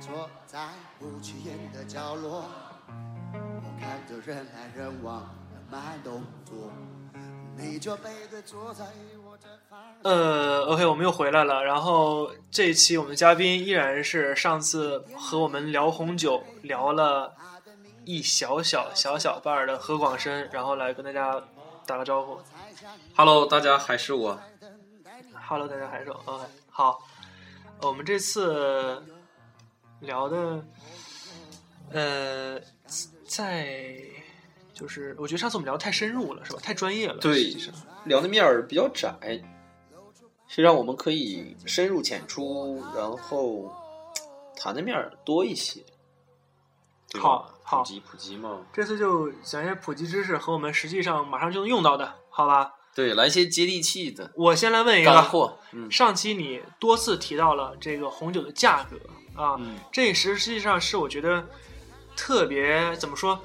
坐在不起眼的角落，我看着人来人往的慢动作，你就背对坐在我这方。呃，OK，我们又回来了。然后这一期我们嘉宾依然是上次和我们聊红酒聊了一小小小小半儿的何广深，然后来跟大家打个招呼。 Hello，大家还是我。 Hello，大家还是我 OK。好，呃我们这次聊的，呃，在就是我觉得上次我们聊得太深入了，是吧？太专业了。对实际上，聊的面儿比较窄，是让我们可以深入浅出，然后谈的面儿多一些。对吧好好普及普及嘛。这次就讲一些普及知识和我们实际上马上就能用到的，好吧？对，来些接地气的我先来问一干个，货。嗯上期你多次提到了这个红酒的价格啊，嗯这实际上是我觉得特别怎么说，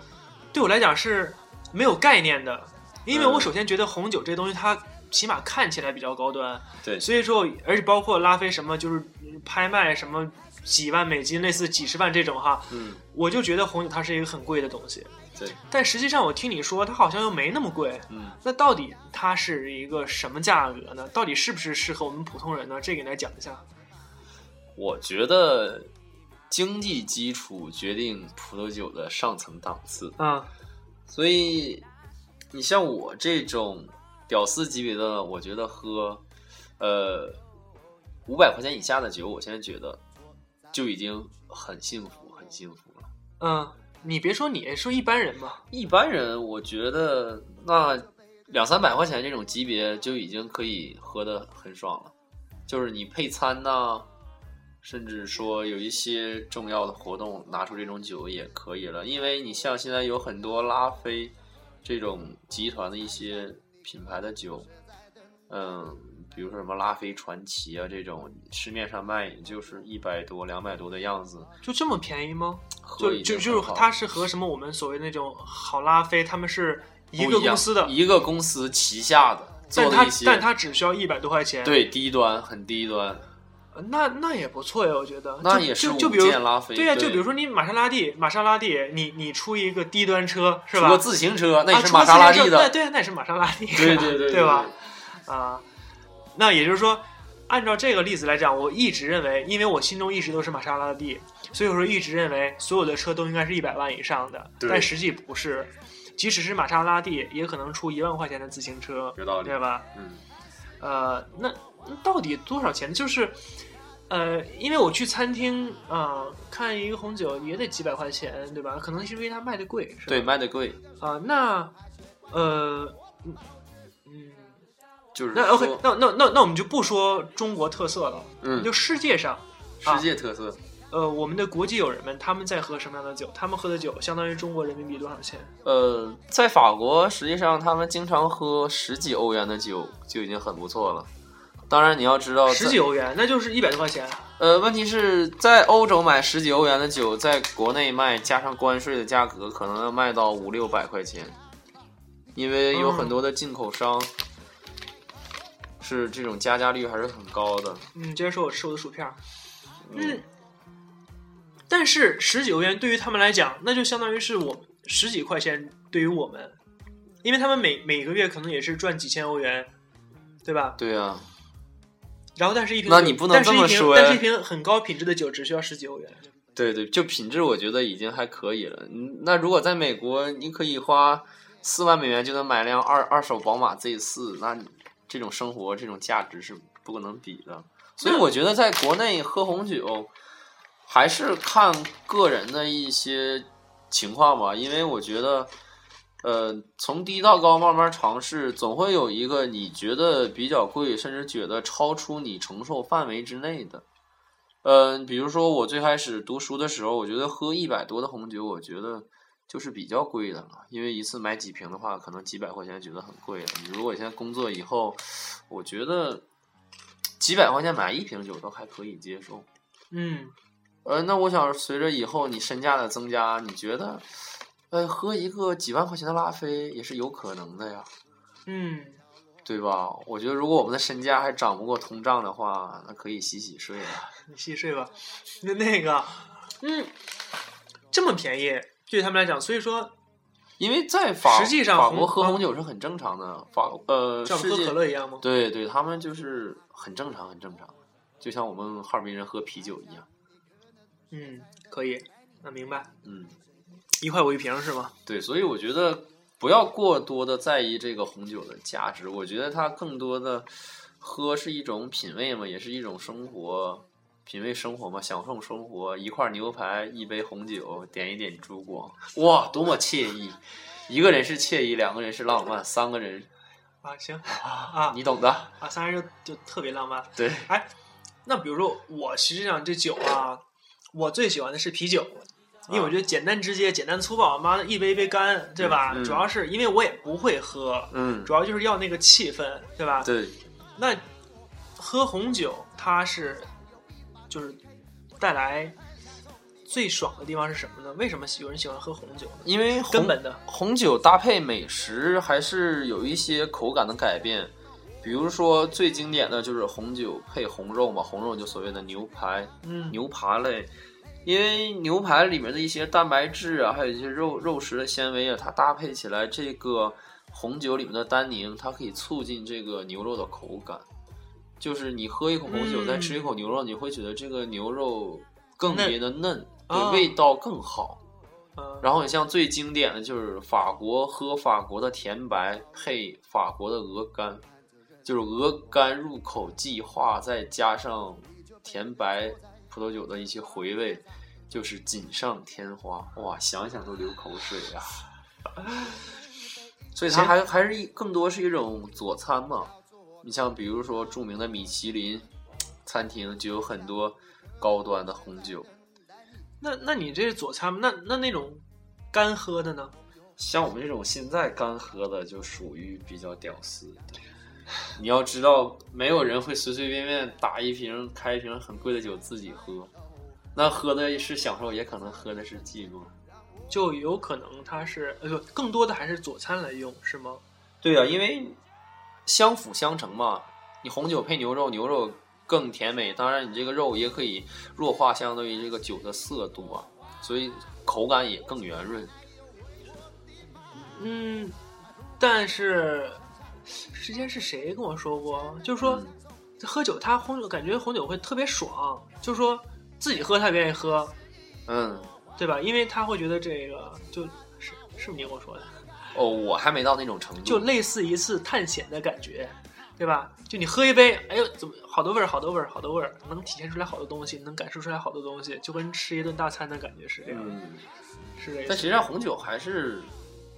对我来讲是没有概念的，因为嗯我首先觉得红酒这东西它起码看起来比较高端，对所以说而且包括拉菲什么就是拍卖什么几万美金，类似几十万这种哈，嗯，我就觉得红酒它是一个很贵的东西，对，但实际上我听你说它好像又没那么贵，嗯，那到底它是一个什么价格呢？到底是不是适合我们普通人呢？这个你来讲一下。我觉得经济基础决定葡萄酒的上层档次。啊，所以你像我这种屌丝级别的，我觉得喝呃五百块钱以下的酒，我现在觉得就已经很幸福，很幸福了。嗯，你别说你，说一般人吧。一般人我觉得那两三百块钱这种级别就已经可以喝的很爽了，就是你配餐呐、甚至说有一些重要的活动拿出这种酒也可以了，因为你像现在有很多拉菲这种集团的一些品牌的酒，嗯，比如说什么拉菲传奇啊这种，市面上卖也就是一百多、两百多的样子，就这么便宜吗？喝就已就经就很是好了它是和什么我们所谓那种好拉菲，他们是一不个样公司的，一个公司旗下的做但的它一些，但它只需要一百多块钱。，呃对低端很低端，那那也不错呀，我觉得。那就也是就五就比如件拉菲，对呀、就比如说你玛莎拉蒂，玛莎拉蒂，你你出一个低端车是除吧？了自行车，那啊也是除了玛莎拉自行蒂车对的，对，那也是玛莎拉蒂，对对对 对吧？？啊，那也就是说，按照这个例子来讲，我一直认为，因为我心中一直都是玛莎拉蒂，所以我说一直认为所有的车都应该是一百万以上的，对但实际不是，即使是玛莎拉蒂，也可能出一万块钱的自行车，有道理对吧？嗯，呃，那那到底多少钱？就是。呃，因为我去餐厅啊、呃看一个红酒也得几百块钱，对吧？可能是因为它卖的贵，是吧？对，卖的贵，啊、那呃，嗯嗯，就是那 OK，说那那那那我们就不说中国特色了，嗯，就世界上，啊世界特色，呃，我们的国际友人们他们在喝什么样的酒？他们喝的酒相当于中国人民币多少钱？呃，在法国，实际上他们经常喝十几欧元的酒就已经很不错了。当然，你要知道哦在，十几欧元，那就是一百多块钱。呃，问题是在欧洲买十几欧元的酒，在国内卖加上关税的价格，可能要卖到五六百块钱，因为有很多的进口商是这种加价率还是很高的。嗯，接着说我吃我的薯片儿。嗯，但是十几欧元对于他们来讲，那就相当于是我十几块钱对于我们，因为他们每每个月可能也是赚几千欧元，对吧？对啊，然后但是一瓶那酒你不能这么说但呀是一瓶但是一瓶很高品质的酒只需要十几欧元。对对，就品质我觉得已经还可以了。嗯那如果在美国，你可以花四万美元就能买辆二二手宝马 Z 四，那你这种生活这种价值是不可能比的。所以我觉得在国内喝红酒，还是看个人的一些情况吧，因为我觉得。呃，从低到高慢慢尝试，总会有一个你觉得比较贵，甚至觉得超出你承受范围之内的。嗯、比如说我最开始读书的时候，我觉得喝一百多的红酒，我觉得就是比较贵的了，因为一次买几瓶的话，可能几百块钱觉得很贵了。你如果现在工作以后，我觉得几百块钱买一瓶酒都还可以接受。嗯，呃，那我想随着以后你身价的增加，你觉得，呃，喝一个几万块钱的拉菲也是有可能的呀，嗯，对吧？我觉得如果我们的身价还涨不过通胀的话，那可以洗洗睡了。你细睡吧。那那个，嗯，这么便宜对他们来讲，所以说因为在法实际上法红国喝啊红酒是很正常的，法呃像世喝界可乐一样吗？对对，他们就是很正常很正常，就像我们哈尔滨人喝啤酒一样。嗯，可以，那明白，嗯，一块五一瓶是吗？对，所以我觉得不要过多的在意这个红酒的价值，我觉得它更多的喝是一种品味嘛，也是一种生活，品味生活嘛，享受生活。一块牛排，一杯红酒，点一点烛光，哇，多么惬意！一个人是惬意，两个人是浪漫，三个人啊，行啊你懂的。啊，三人就就特别浪漫。对，哎，那比如说我实际上这酒啊，我最喜欢的是啤酒，因为我觉得简单直接、简单粗暴，妈的一杯一杯干，对吧？嗯嗯主要是因为我也不会喝，嗯，主要就是要那个气氛，对吧？对，那喝红酒它是就是带来最爽的地方是什么呢？为什么有人喜欢喝红酒呢？因为根红本的，红酒搭配美食还是有一些口感的改变，比如说最经典的就是红酒配红肉嘛，红肉就所谓的牛排、嗯，牛扒类，因为牛排里面的一些蛋白质啊，还有一些肉肉食的纤维啊，它搭配起来这个红酒里面的单宁，它可以促进这个牛肉的口感。就是你喝一口红酒，嗯再吃一口牛肉，你会觉得这个牛肉更别的嫩，啊对味道更好。呃然后你像最经典的就是法国喝法国的甜白配法国的鹅肝，就是鹅肝入口即化，再加上甜白葡萄酒的一些回味，就是锦上添花。哇，想想都流口水啊！ 所以它还还是一更多是一种佐餐嘛。你像比如说著名的米其林餐厅就有很多高端的红酒，那那你这是佐餐，那那那种干喝的呢？像我们这种现在干喝的，就属于比较屌丝的。你要知道，没有人会随随便便打一瓶、开一瓶很贵的酒自己喝，那喝的是享受，也可能喝的是寂寞。就有可能它是呃，不更多的还是佐餐来用，是吗？对啊，因为相辅相成嘛，你红酒配牛肉，牛肉更甜美。当然，你这个肉也可以弱化相对于这个酒的色度啊，所以口感也更圆润。嗯，但是之前是谁跟我说过？就是说、嗯喝酒，他红酒感觉红酒会特别爽，就是说自己喝他也愿意喝，嗯，对吧？因为他会觉得这个就是是不是你跟我说的？哦，我还没到那种程度。就类似一次探险的感觉，对吧？就你喝一杯，哎呦，怎么好多味儿，好多味儿，好多味儿，能体现出来好多东西，能感受出来好多东西，就跟吃一顿大餐的感觉是这样，嗯。是这但个。实际上，红酒还是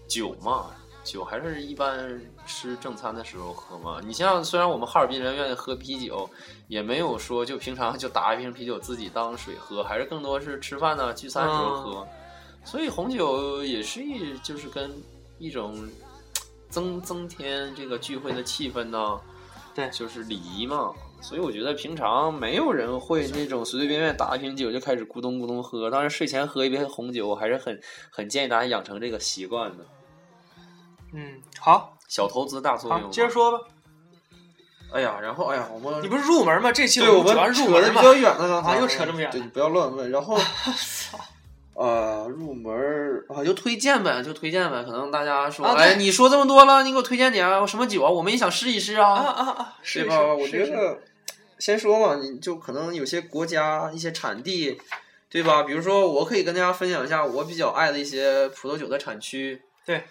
酒嘛，酒还是一般吃正餐的时候喝嘛。你像，虽然我们哈尔滨人愿意喝啤酒，也没有说就平常就打一瓶啤酒自己当水喝，还是更多是吃饭呢、聚餐的时候喝。所以红酒也是一就是跟一种增增添这个聚会的气氛呢、对就是礼仪嘛。所以我觉得平常没有人会那种随随便便打一瓶酒就开始咕咚咕咚喝。当然，睡前喝一杯红酒，我还是很很建议大家养成这个习惯的。嗯，好，小投资大作好用。，接着。说吧。哎呀，然后哎呀，我们你不是入门吗？这期对，我们们主要是入扯的门比嘛。较远了，刚才啊又扯这么远对，你不要乱问。然 后，呃，入门儿啊，啊，就推荐呗，就推荐呗。可能大家说，啊对哎，你说这么多了，你给我推荐点儿什么酒啊？我们也想试一试啊啊。啊啊！是对吧？我是觉是是得先说嘛，你就可能有些国家、一些产地，对吧？比如说，我可以跟大家分享一下我比较爱的一些葡萄酒的产区。对，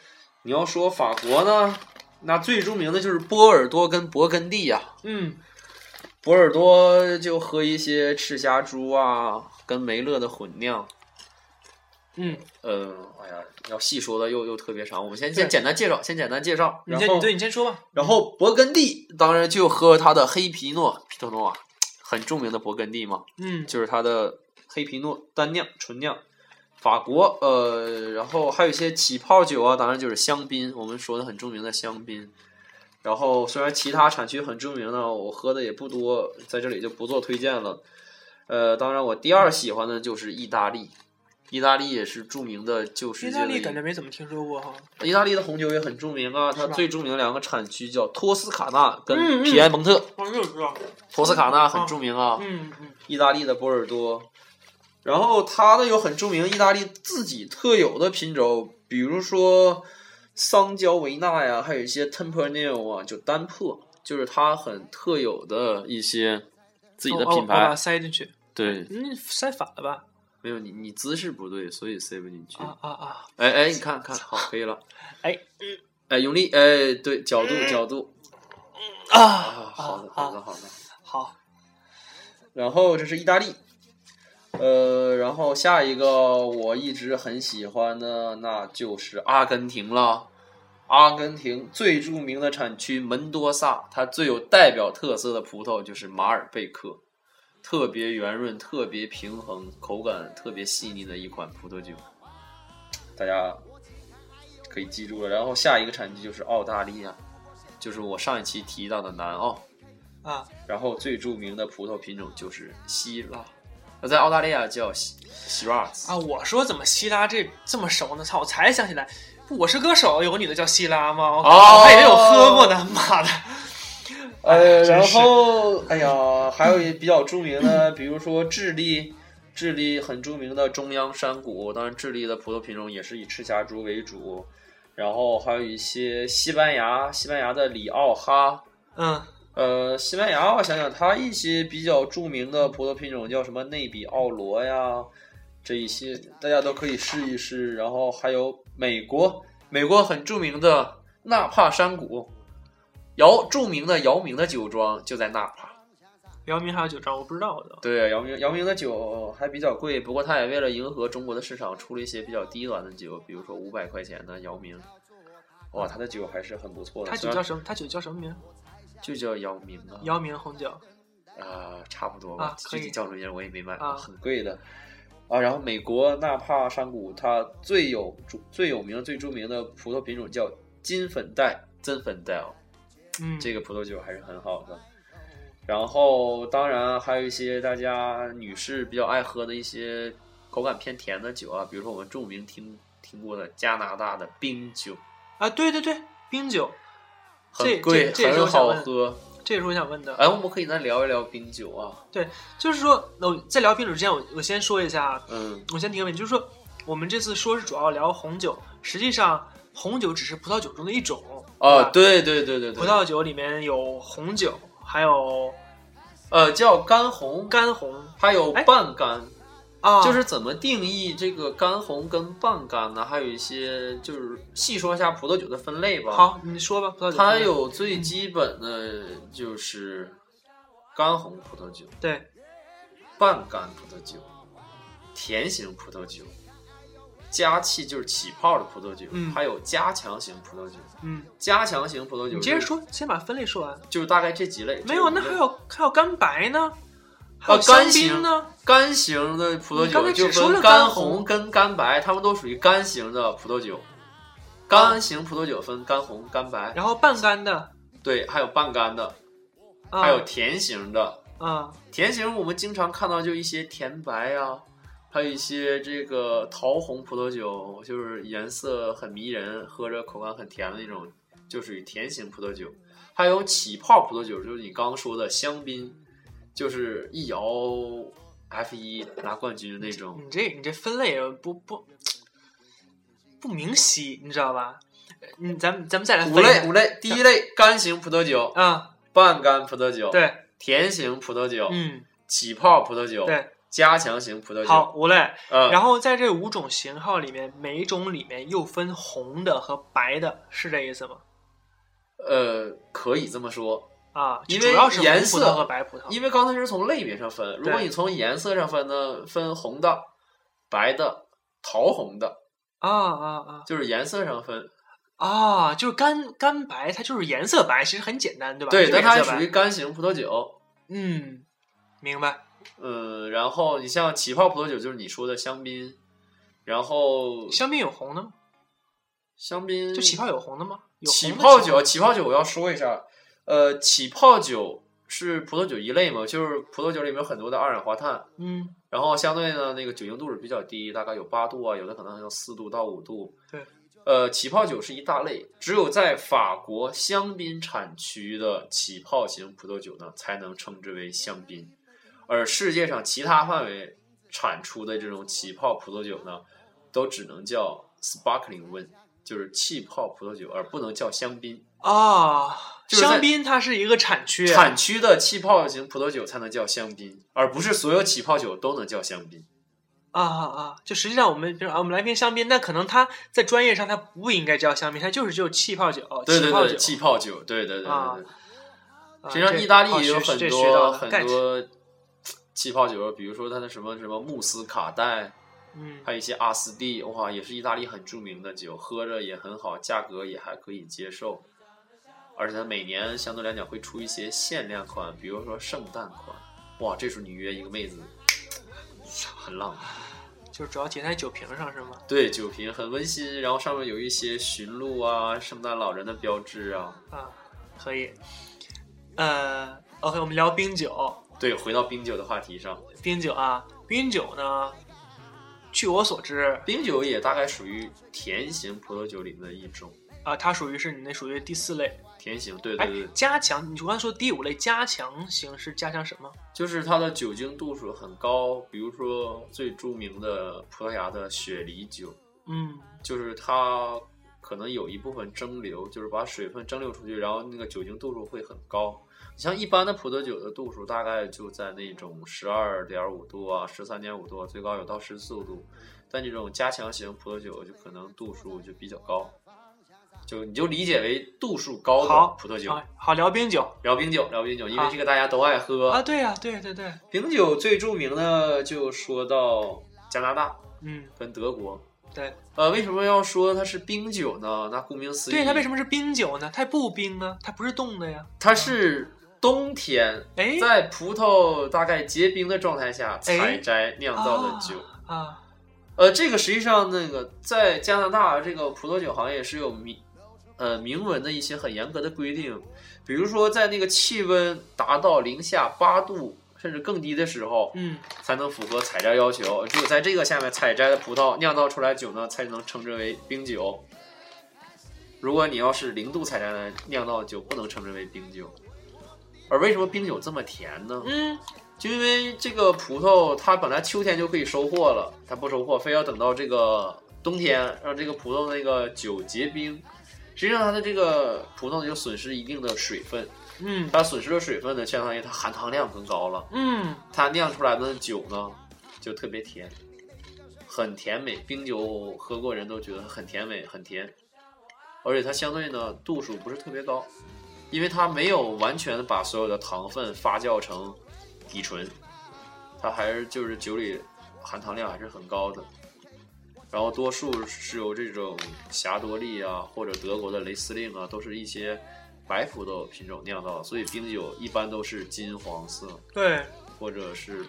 你要说法国呢，那最著名的就是波尔多跟勃艮第呀、嗯，波尔多就喝一些赤霞珠啊，跟梅勒的混酿。嗯，呃，哎呀，要细说的又又特别长，我们先对先简单介绍，先简单介绍。你然先，后，对，你先说吧。然后勃艮第当然就喝它的黑皮诺，皮托诺啊，很著名的勃艮第嘛，嗯，就是它的黑皮诺单酿纯酿。法国，呃，然后还有一些起泡酒啊，当然就是香槟，我们说的很著名的香槟。然后虽然其他产区很著名的，我喝的也不多，在这里就不做推荐了。呃，当然我第二喜欢的就是意大利，意大利也是著名的旧世意界大的利一感觉没怎么听说过哈。意大利的红酒也很著名啊，它是吧最著名的两个产区叫托斯卡纳嗯嗯跟皮埃蒙特。我就知道。托斯卡纳很著名啊，嗯嗯意大利的波尔多，然后它的有很著名意大利自己特有的品种，比如说桑娇维纳呀，还有一些 Tempranillo 啊，就单粕，就是它很特有的一些自己的哦哦品我把它牌，塞进去，对，嗯，塞反了吧？没有你你姿势不对，所以塞不进去。啊啊啊！哎哎，你看看，好，可以了。哎嗯哎，用力，哎，对，角度角度啊，啊，好的好的好的。好，然后这是意大利，呃，然后下一个我一直很喜欢的那就是阿根廷了，阿根廷最著名的产区门多萨，它最有代表特色的葡萄就是马尔贝克，特别圆润、特别平衡、口感特别细腻的一款葡萄酒。大家可以记住了。然后下一个产区就是澳大利亚，就是我上一期提到的南澳，啊，然后最著名名的葡萄品种就是希腊，那在澳大利亚叫希希拉兹。啊！我说怎么希拉这这么熟呢？操！我才想起来，不，我是歌手有个女的叫希拉吗？我哦还以为我喝过呢，妈的！呃，真然是后哎呀，还有一比较著名的，比如说智利，智利很著名的中央山谷，当然智利的葡萄品种也是以赤霞珠为主，然后还有一些西班牙，西班牙的里奥哈。嗯，呃，西班牙，我想想，它一些比较著名的葡萄品种叫什么内比奥罗呀，这一些大家都可以试一试。然后还有美国，美国很著名的纳帕山谷，姚著名的姚明的酒庄就在纳帕，姚明还有酒庄，我不知道我都。对，姚明姚明的酒还比较贵，对，不过他也为了迎合中国的市场，出了一些比较低端的酒，比如说五百块钱的姚明，哇，他的酒还是很不错的。他虽酒然叫什么？他酒叫什么名？就叫姚明啊，姚明红酒呃啊，差不多吧，啊可具以体叫什么名儿我也没买过。啊很贵的啊。然后美国纳帕山谷，它最有著最有名、最著名的葡萄品种叫金粉黛，哦真粉 d 嗯，这个葡萄酒还是很好的。然后，当然还有一些大家女士比较爱喝的一些口感偏甜的酒啊，比如说我们著名听听过的加拿大的冰酒，啊，对对对，冰酒，这很贵，这这也是很我想好问的，喝。这也是我想问的。哎，我们可以再聊一聊冰酒啊。就是说，那我在聊冰酒之前，我我先说一下，嗯，我先提个问题，就是说，我们这次说是主要聊红酒，实际上红酒只是葡萄酒中的一种哦，，吧对对对对对，葡萄酒里面有红酒，还有呃叫干红，干红还有哎半干，啊，就是怎么定义这个干红跟半干呢？还有一些就是细说一下葡萄酒的分类吧。，好，你说吧，葡萄酒它有最基本的就是干红葡萄酒。对半干葡萄酒、甜型葡萄酒、加气就是起泡的葡萄酒，嗯还有加强型葡萄酒。嗯，加强型葡萄酒，你接着，说，先把分类说完。就是大概这几类。没有，那还有还有干白呢，还啊有香干型槟呢，干型的葡萄你刚才酒就只说了分干干红红跟干白，它们都属于干型的葡萄酒。干型葡萄酒分干红、干白，然后半干的，对，还有半干的，啊、还有甜型的，啊，甜型我们经常看到就一些甜白啊，还有一些这个桃红葡萄酒，就是颜色很迷人，喝着口感很甜的那种，就属于甜型葡萄酒。还有起泡葡萄酒，就是你刚说的香槟，就是一摇 F 一拿冠军的那种。你这你这分类不不不明晰，你知道吧？嗯，咱们咱们再来分五一类下五类，第一类干型葡萄酒、啊，半干葡萄酒、对，甜型葡萄酒、嗯，起泡葡萄酒、对，加强型葡萄酒。好，五类。呃，然后在这五种型号里面，每一种里面又分红的和白的，是这意思吗？呃，可以这么说。啊，因主为要是颜红葡色萄和白葡萄。因为刚才是从类别上分，如果对你从颜色上分呢，分红的、白的、桃红的，啊啊就是颜色上分。啊啊！就是干干白，它就是颜色白，其实很简单，对吧？对，就是但它颜也色白属于干型葡萄酒。嗯，明白。嗯，然后你像起泡葡萄酒，就是你说的香槟，然后香槟有红的吗？香槟就起泡有红的吗？有起红的泡酒，起泡酒我要说一下，呃，起泡酒是葡萄酒一类嘛，就是葡萄酒里面有很多的二氧化碳，嗯，然后相对呢，那个酒精度是比较低，大概有八度啊，有的可能有四度到五度。对，呃，起泡酒是一大类，只有在法国香槟产区的起泡型葡萄酒呢，才能称之为香槟，而世界上其他范围产出的这种起泡葡萄酒呢，都只能叫 sparkling wine，就是气泡葡萄酒，而不能叫香槟。啊，就是在香槟它是一个产区，产区的气泡型葡萄酒才能叫香槟，而不是所有起泡酒都能叫香槟。啊啊啊！就实际上我们，比如啊，我们来瓶香槟，那可能它在专业上它不应该叫香槟，它就是就气泡酒，对对气泡对，酒。气泡酒，对对对对啊对。啊实际上，这意大利哦也有学很这学到多了很 get 多气泡酒，比如说它的什么什么慕斯卡带，嗯还有一些阿斯蒂，哇，也是意大利很著名的酒，喝着也很好，价格也还可以接受，而且它每年相对来讲会出一些限量款，比如说圣诞款，哇，这时候你约一个妹子，很浪漫，就是主要体现在酒瓶上是吗？对，酒瓶很温馨，然后上面有一些驯鹿啊、圣诞老人的标志啊。啊，可以。呃，OK，我们聊冰酒，对，回到冰酒的话题上，冰酒啊，冰酒呢，据我所知冰酒也大概属于甜型葡萄酒里面的一种。啊，它属于是你那属于第四类，甜型，对哎对对，，加强，你刚才说第五类加强型是加强什么？就是它的酒精度数很高，比如说最著名的葡萄牙的雪梨酒，嗯，就是它可能有一部分蒸馏，就是把水分蒸馏出去，然后那个酒精度数会很高。你像一般的葡萄酒的度数大概就在那种十二点五度啊，十三点五度啊，最高有到十四度，但这种加强型葡萄酒就可能度数就比较高，就你就理解为度数高的好葡萄酒。好，好聊冰酒聊冰酒，聊冰酒，因为好这个大家都爱喝啊，对呀、对对对，冰酒最著名的就说到加拿大嗯，跟德国。对，呃，为什么要说它是冰酒呢？那顾名思义，对它为什么么是冰酒呢？它不冰啊，它不是冻的呀。它是冬天哎在葡萄大概结冰的状态下采摘酿造的酒？啊，呃，这个实际上那个在加拿大这个葡萄酒行业是有明呃明文的一些很严格的规定，比如说在那个气温达到零下八度甚至更低的时候，嗯，才能符合采摘要求。只有在这个下面采摘的葡萄酿造出来酒呢，才能称之为冰酒。如果你要是零度采摘的酿造的酒，不能称之为冰酒。而为什么冰酒这么甜呢？嗯，就因为这个葡萄它本来秋天就可以收获了，它不收获，非要等到这个冬天让这个葡萄那个酒结冰。实际上，它的这个葡萄就损失一定的水分，嗯，它损失了水分呢，相当于它含糖量更高了。嗯，它酿出来的酒呢，就特别甜，很甜美。冰酒喝过人都觉得很甜美，很甜，而且它相对呢度数不是特别高，因为它没有完全把所有的糖分发酵成乙醇，它还是就是酒里含糖量还是很高的。然后多数是由这种霞多丽啊，或者德国的雷司令啊，都是一些白葡萄品种酿造的，所以冰酒一般都是金黄色。对。或者是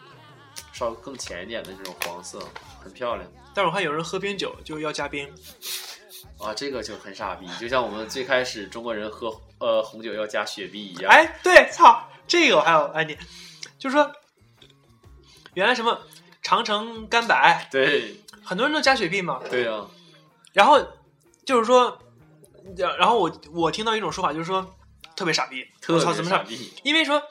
稍微更浅一点的这种黄色，很漂亮但是我看有人喝冰酒就要加冰，啊，这个就很傻逼，就像我们最开始中国人喝呃红酒要加雪碧一样。哎，对，操，这个我还有哎你，就是说，原来什么长城干柏，对很多人都加雪碧嘛，对啊，然后就是说，然然后我我听到一种说法就是说特别傻逼，特我操别怎么傻傻？逼。因为说，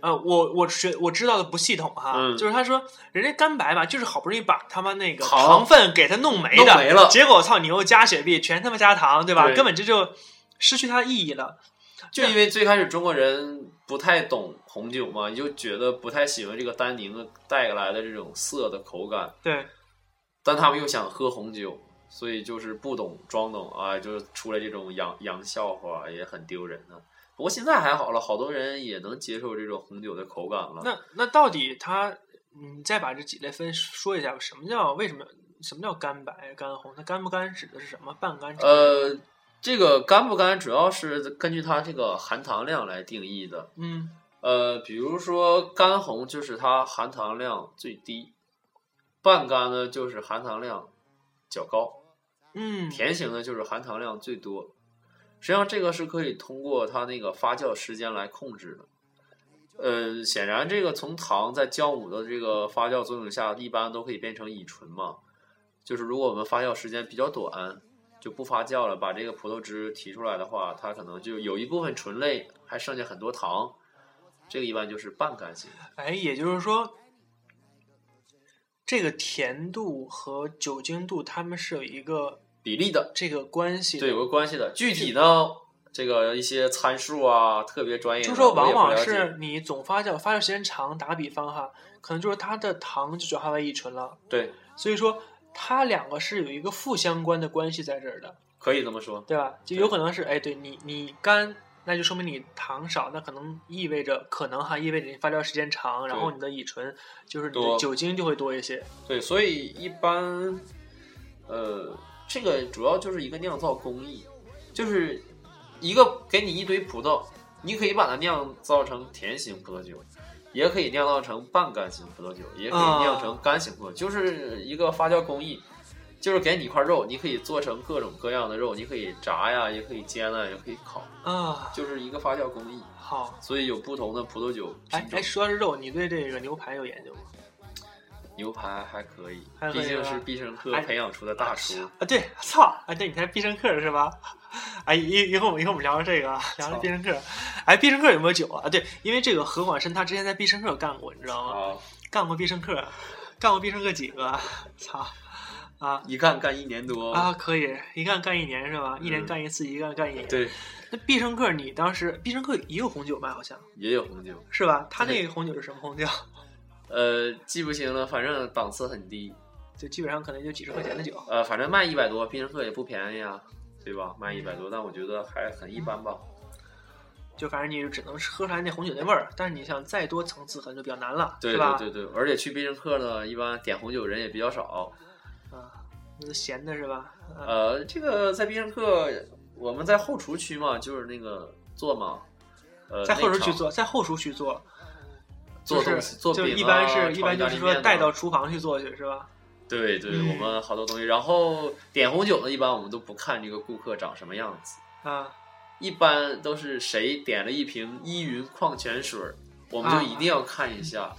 呃，我我学我知道的不系统哈，嗯就是他说人家干白嘛，就是好不容易把他妈那个糖糖分给他弄没的，弄没了结果操你又加雪碧，全他妈加糖，对吧？对根本这就失去它的意义了。就因为最开始中国人不太懂红酒嘛，你就觉得不太喜欢这个单宁带来的这种涩的口感，对，但他们又想喝红酒，所以就是不懂装懂啊，就是出来这种洋洋笑话也很丢人啊。不过现在还好了，好多人也能接受这种红酒的口感了。那那到底它，你再把这几类分说一下吧？什么叫为什么？什么叫干白、干红？它干不干指的是什么？半干指的是什么，呃，这个干不干主要是根据它这个含糖量来定义的。嗯呃，比如说干红就是它含糖量最低，半干呢就是含糖量较高，嗯，甜型呢就是含糖量最多。实际上这个是可以通过它那个发酵时间来控制的。呃，显然这个从糖在酵母的这个发酵作用下，一般都可以变成乙醇嘛。就是如果我们发酵时间比较短，就不发酵了，把这个葡萄汁提出来的话，它可能就有一部分醇类，还剩下很多糖。这个一般就是半干型。哎，也就是说，这个甜度和酒精度，它们是有一个比例的，这个关系的。对，有个关系的。具体呢，这个一些参数啊，特别专业的，就是说我往也不往了解是你总发酵，发酵时间长，打个比方哈，可能就是它的糖就叫哈维乙醇了。对，所以说它两个是有一个负相关的关系在这儿的，可以这么说。对吧？就对有可能是哎，对你你干，那就说明你糖少，那可能意味着可能哈意味着你发酵时间长，然后你的乙醇就是你的多酒精就会多一些。对，所以一般，呃，这个主要就是一个酿造工艺，就是一个给你一堆葡萄，你可以把它酿造成甜型葡萄酒，也可以酿造成半干型葡萄酒，也可啊以酿成干型葡萄酒，就是一个发酵工艺。就是给你一块肉，你可以做成各种各样的肉，你可以炸呀，也可以煎啊，也可以烤，啊，就是一个发酵工艺。好，所以有不同的葡萄酒哎品种哎，。说到肉，你对这个牛排有研究吗？牛排还可以还，可以毕竟吧是必胜客哎培养出的大厨。啊，对，操，啊，对，你才必胜客是吧？哎，一一会儿我们一会儿我们聊聊这个，啊，聊聊操必胜客。哎，必胜客有没有酒啊？对，因为这个何广深他之前在必胜客干过，你知道吗？啊，干过必胜客，干过必胜客几个？操啊一干干一年多。啊，可以一干干一年是吧？一年嗯干一次，一干干一年。，对，那必胜客你当时必胜客也有红酒吧？好像也有红酒，是吧？他那对个红酒是什么红酒？ 呃，记不清了，反正档次很低，就基本上可能就几十块钱的酒。呃，反正卖一百多，必胜客也不便宜啊，对吧？卖一百多，但我觉得还很一般吧。嗯就反正你只能喝出来那红酒那味儿，但是你想再多层次可能就比较难了，对是吧？对对对，而且去必胜客呢，一般点红酒人也比较少。啊，那是咸的是吧？啊，呃，这个在必胜客，我们在后厨区嘛，就是那个做嘛，呃，在后厨内去场做，在后厨去做，做就东是西，做就饼啊一般是一般就炒意大利是说面啊带到厨房去做去是吧？对对，嗯我们好多东西。然后点红酒呢，一般我们都不看这个顾客长什么样子，啊，一般都是谁点了一瓶依云矿泉水儿，我们就啊一定要看一下，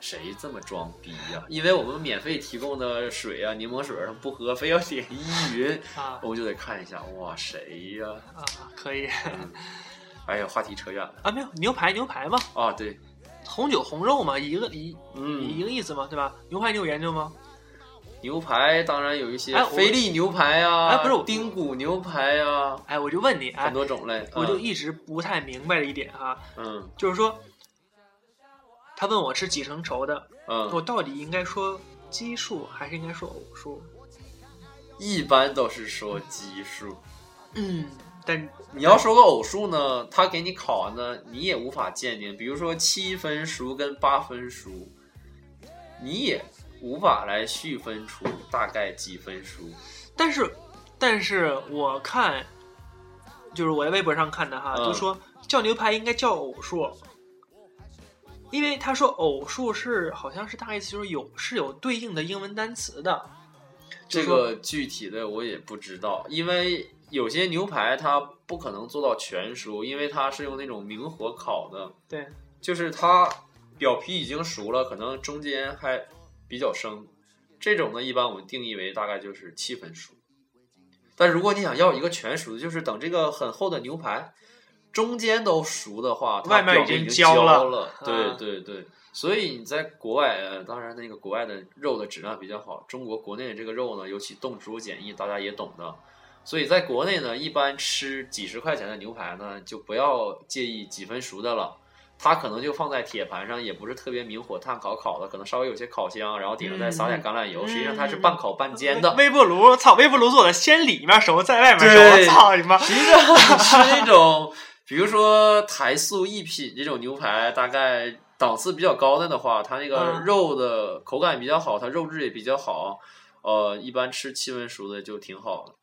谁这么装逼呀、因为我们免费提供的水啊，柠檬水儿他不喝，非要点依云，啊我们就得看一下，哇，谁呀、啊，可以 嗯哎呀，话题扯远了啊，没有牛排牛排嘛，啊，对，红酒红肉嘛，一个一一嗯，个意思嘛，对吧？牛排你有研究吗？牛排当然有一些哎我菲力牛排啊，哎不是我丁骨牛排啊，哎，我就问你，哎很，多嗯种类，我就一直不太明白的一点哈，嗯就是说，他问我吃几成稠的，嗯我嗯，到底应该说奇数还是应该说偶数？一般都是说奇数。嗯，但你要说个偶数呢，他给你考完呢，你也无法鉴定。比如说七分熟跟八分熟，你也无法来细分出大概几分熟。但是，但是我看，就是我在微博上看的哈，嗯就说叫牛排应该叫偶数，因为他说偶数是好像是大概意思就是有是有对应的英文单词的，就这是说个具体的我也不知道，因为有些牛排它不可能做到全熟，因为它是用那种明火烤的，对就是它表皮已经熟了，可能中间还比较生。这种呢，一般我们定义为大概就是七分熟。但如果你想要一个全熟的，就是等这个很厚的牛排中间都熟的话，它外面表已面经已经焦了了啊对对对，所以你在国外，呃，当然那个国外的肉的质量比较好，中国国内的这个肉呢，尤其动植物检疫，大家也懂的。所以在国内呢，一般吃几十块钱的牛排呢，就不要介意几分熟的了。它可能就放在铁盘上，也不是特别明火炭烤烤的，可能稍微有些烤香，然后顶上再撒点橄榄油。嗯实际上它是半烤半煎的。微波炉，操，微波炉做的，先里面熟，再外面对熟，操你妈！实际上你吃那种，比如说台塑一品这种牛排，大概档次比较高的的话，它那个嗯肉的口感比较好，它肉质也比较好。呃，一般吃七分熟的就挺好的。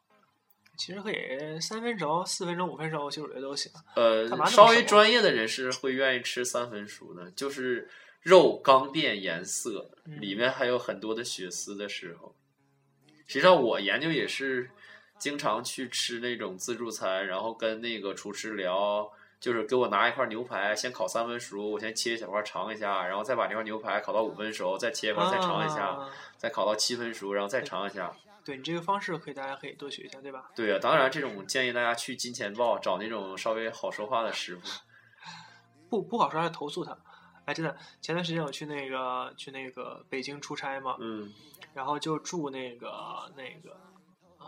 其实可以三分熟、四分熟、五分熟，其实我觉得都行。干嘛那呃，么稍微熟专业的人士会愿意吃三分熟的，就是肉刚变颜色，嗯里面还有很多的血丝的时候。实际上，我研究也是经常去吃那种自助餐，然后跟那个厨师聊，就是给我拿一块牛排，先烤三分熟，我先切一小块尝一下，然后再把这块牛排烤到五分熟，再切一块再尝一下，啊再烤到七分熟，然后再尝一下。对你这个方式可以，大家可以多学一下，对吧？对啊，当然这种建议大家去金钱豹找那种稍微好说话的师傅。不不好说，还投诉他。哎，真的，前段时间我去那个去那个北京出差嘛，嗯然后就住那个那个呃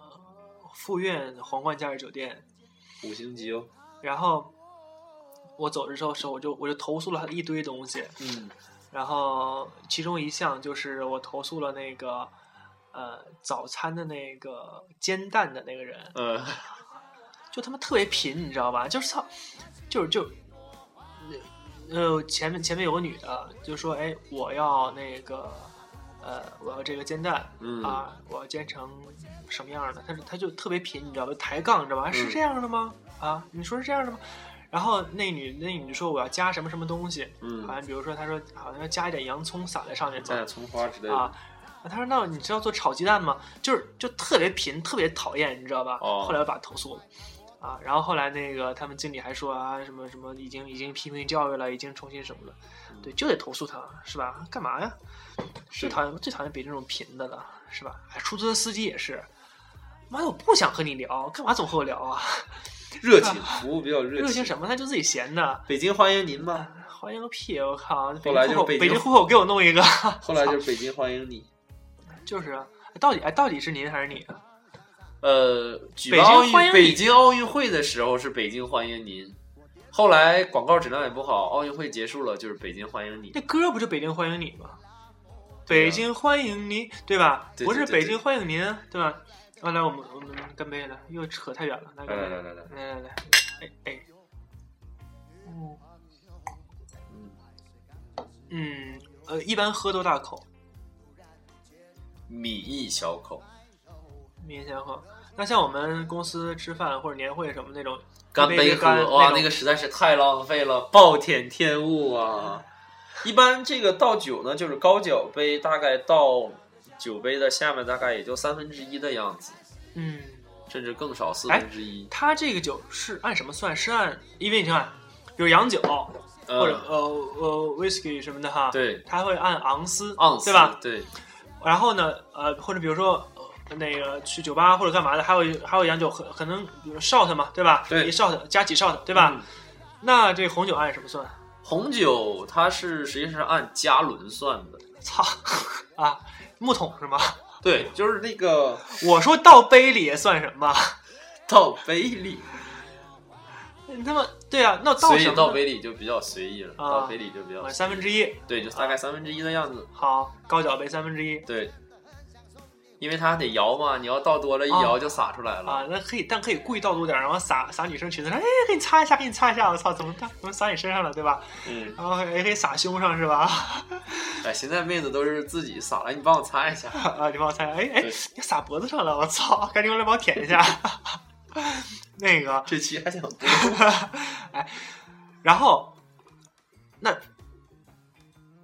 富苑皇冠假日酒店，五星级哦，然后我走的时候时候我就我就投诉了他一堆东西，嗯然后其中一项就是我投诉了那个呃早餐的那个煎蛋的那个人，呃就他妈特别贫，你知道吧？就是操，就是就，呃，前面前面有个女的就说，哎，我要那个，呃，我要这个煎蛋、嗯啊，我要煎成什么样的？她是她就特别贫，你知道吧？抬杠，你知道吧？是嗯这样的吗？啊，你说是这样的吗？然后那女那女就说我要加什么什么东西，嗯好，像比如说她说好像要加一点洋葱撒在上面，怎加么点葱花之类的。啊。他说：“那你知道做炒鸡蛋吗？就是就特别贫，特别讨厌，你知道吧？哦后来我把他投诉了，啊，然后后来那个他们经理还说啊，什么什么已经已经批评教育了，已经重新什么了，嗯对，就得投诉他，是吧？干嘛呀？最讨厌最讨厌比这种贫的了，是吧？哎，出租车司机也是，妈的，我不想和你聊，干嘛总和我聊啊？热情，服务比较热热情什么？他就自己闲的，北京欢迎您吧，欢迎个屁！我靠，北后来京就户口，北北京京户口给我弄一个，后来就是北京欢迎你。就是啊，到底哎，到底是您还是你？”啊呃，举北办京奥运欢迎你北京奥运会的时候是北京欢迎您，后来广告质量也不好，奥运会结束了就是北京欢迎你。那歌不就《北京欢迎你》吗？对北啊京欢迎你，对吧？对对不是对北京欢迎您，对吧？啊，来，我们我们干杯来，又扯太远了，来来干杯，来来来来，来来来，哎哎，嗯嗯呃，一般喝多大口？米一小口，明显喝。那像我们公司吃饭或者年会什么那种，干一杯杯喝，干哇，那那个实在是太浪费了，暴殄天物啊！一般这个倒酒呢，就是高脚杯，大概到酒杯的下面大概也就三分之一的样子，嗯，甚至更少，四哎分之一。它这个酒是按什么算？是按因为你看有洋酒或呃者呃呃 whisky 什么的哈，，对，它会按盎司，盎司对吧？？对，然后呢，呃，或者比如说呃那个去酒吧或者干嘛的，还有一还有洋酒，可可能比如 shot 嘛，对吧？对一 shot 加几 shot，对吧？嗯那这红酒按什么算？ 红酒它是实际上是按加仑算的，操啊，木桶是吗？对，就是 那个我说倒杯里也算什么？ 倒杯里，你他妈对啊，那倒所什以么？倒杯里就比较随意了，啊倒杯里就比较啊随意三分之一，对，就大概三分之一的样子，好，高脚杯三分之一对，因为它得摇嘛，你要倒多了，一啊摇就洒出来了。啊，那可以，但可以故意倒多点儿，然后撒撒女生裙子上，哎，给你擦一下，给你擦一下，我操，怎么倒怎么撒你身上了，对吧？嗯，然后也可以撒胸上是吧？ 哎，现在妹子都是自己洒了，你帮我擦一下。啊，你帮我猜，哎哎对，你撒脖子上了，我操！ 赶紧过来帮我舔一下。那个，这期还想播，然后那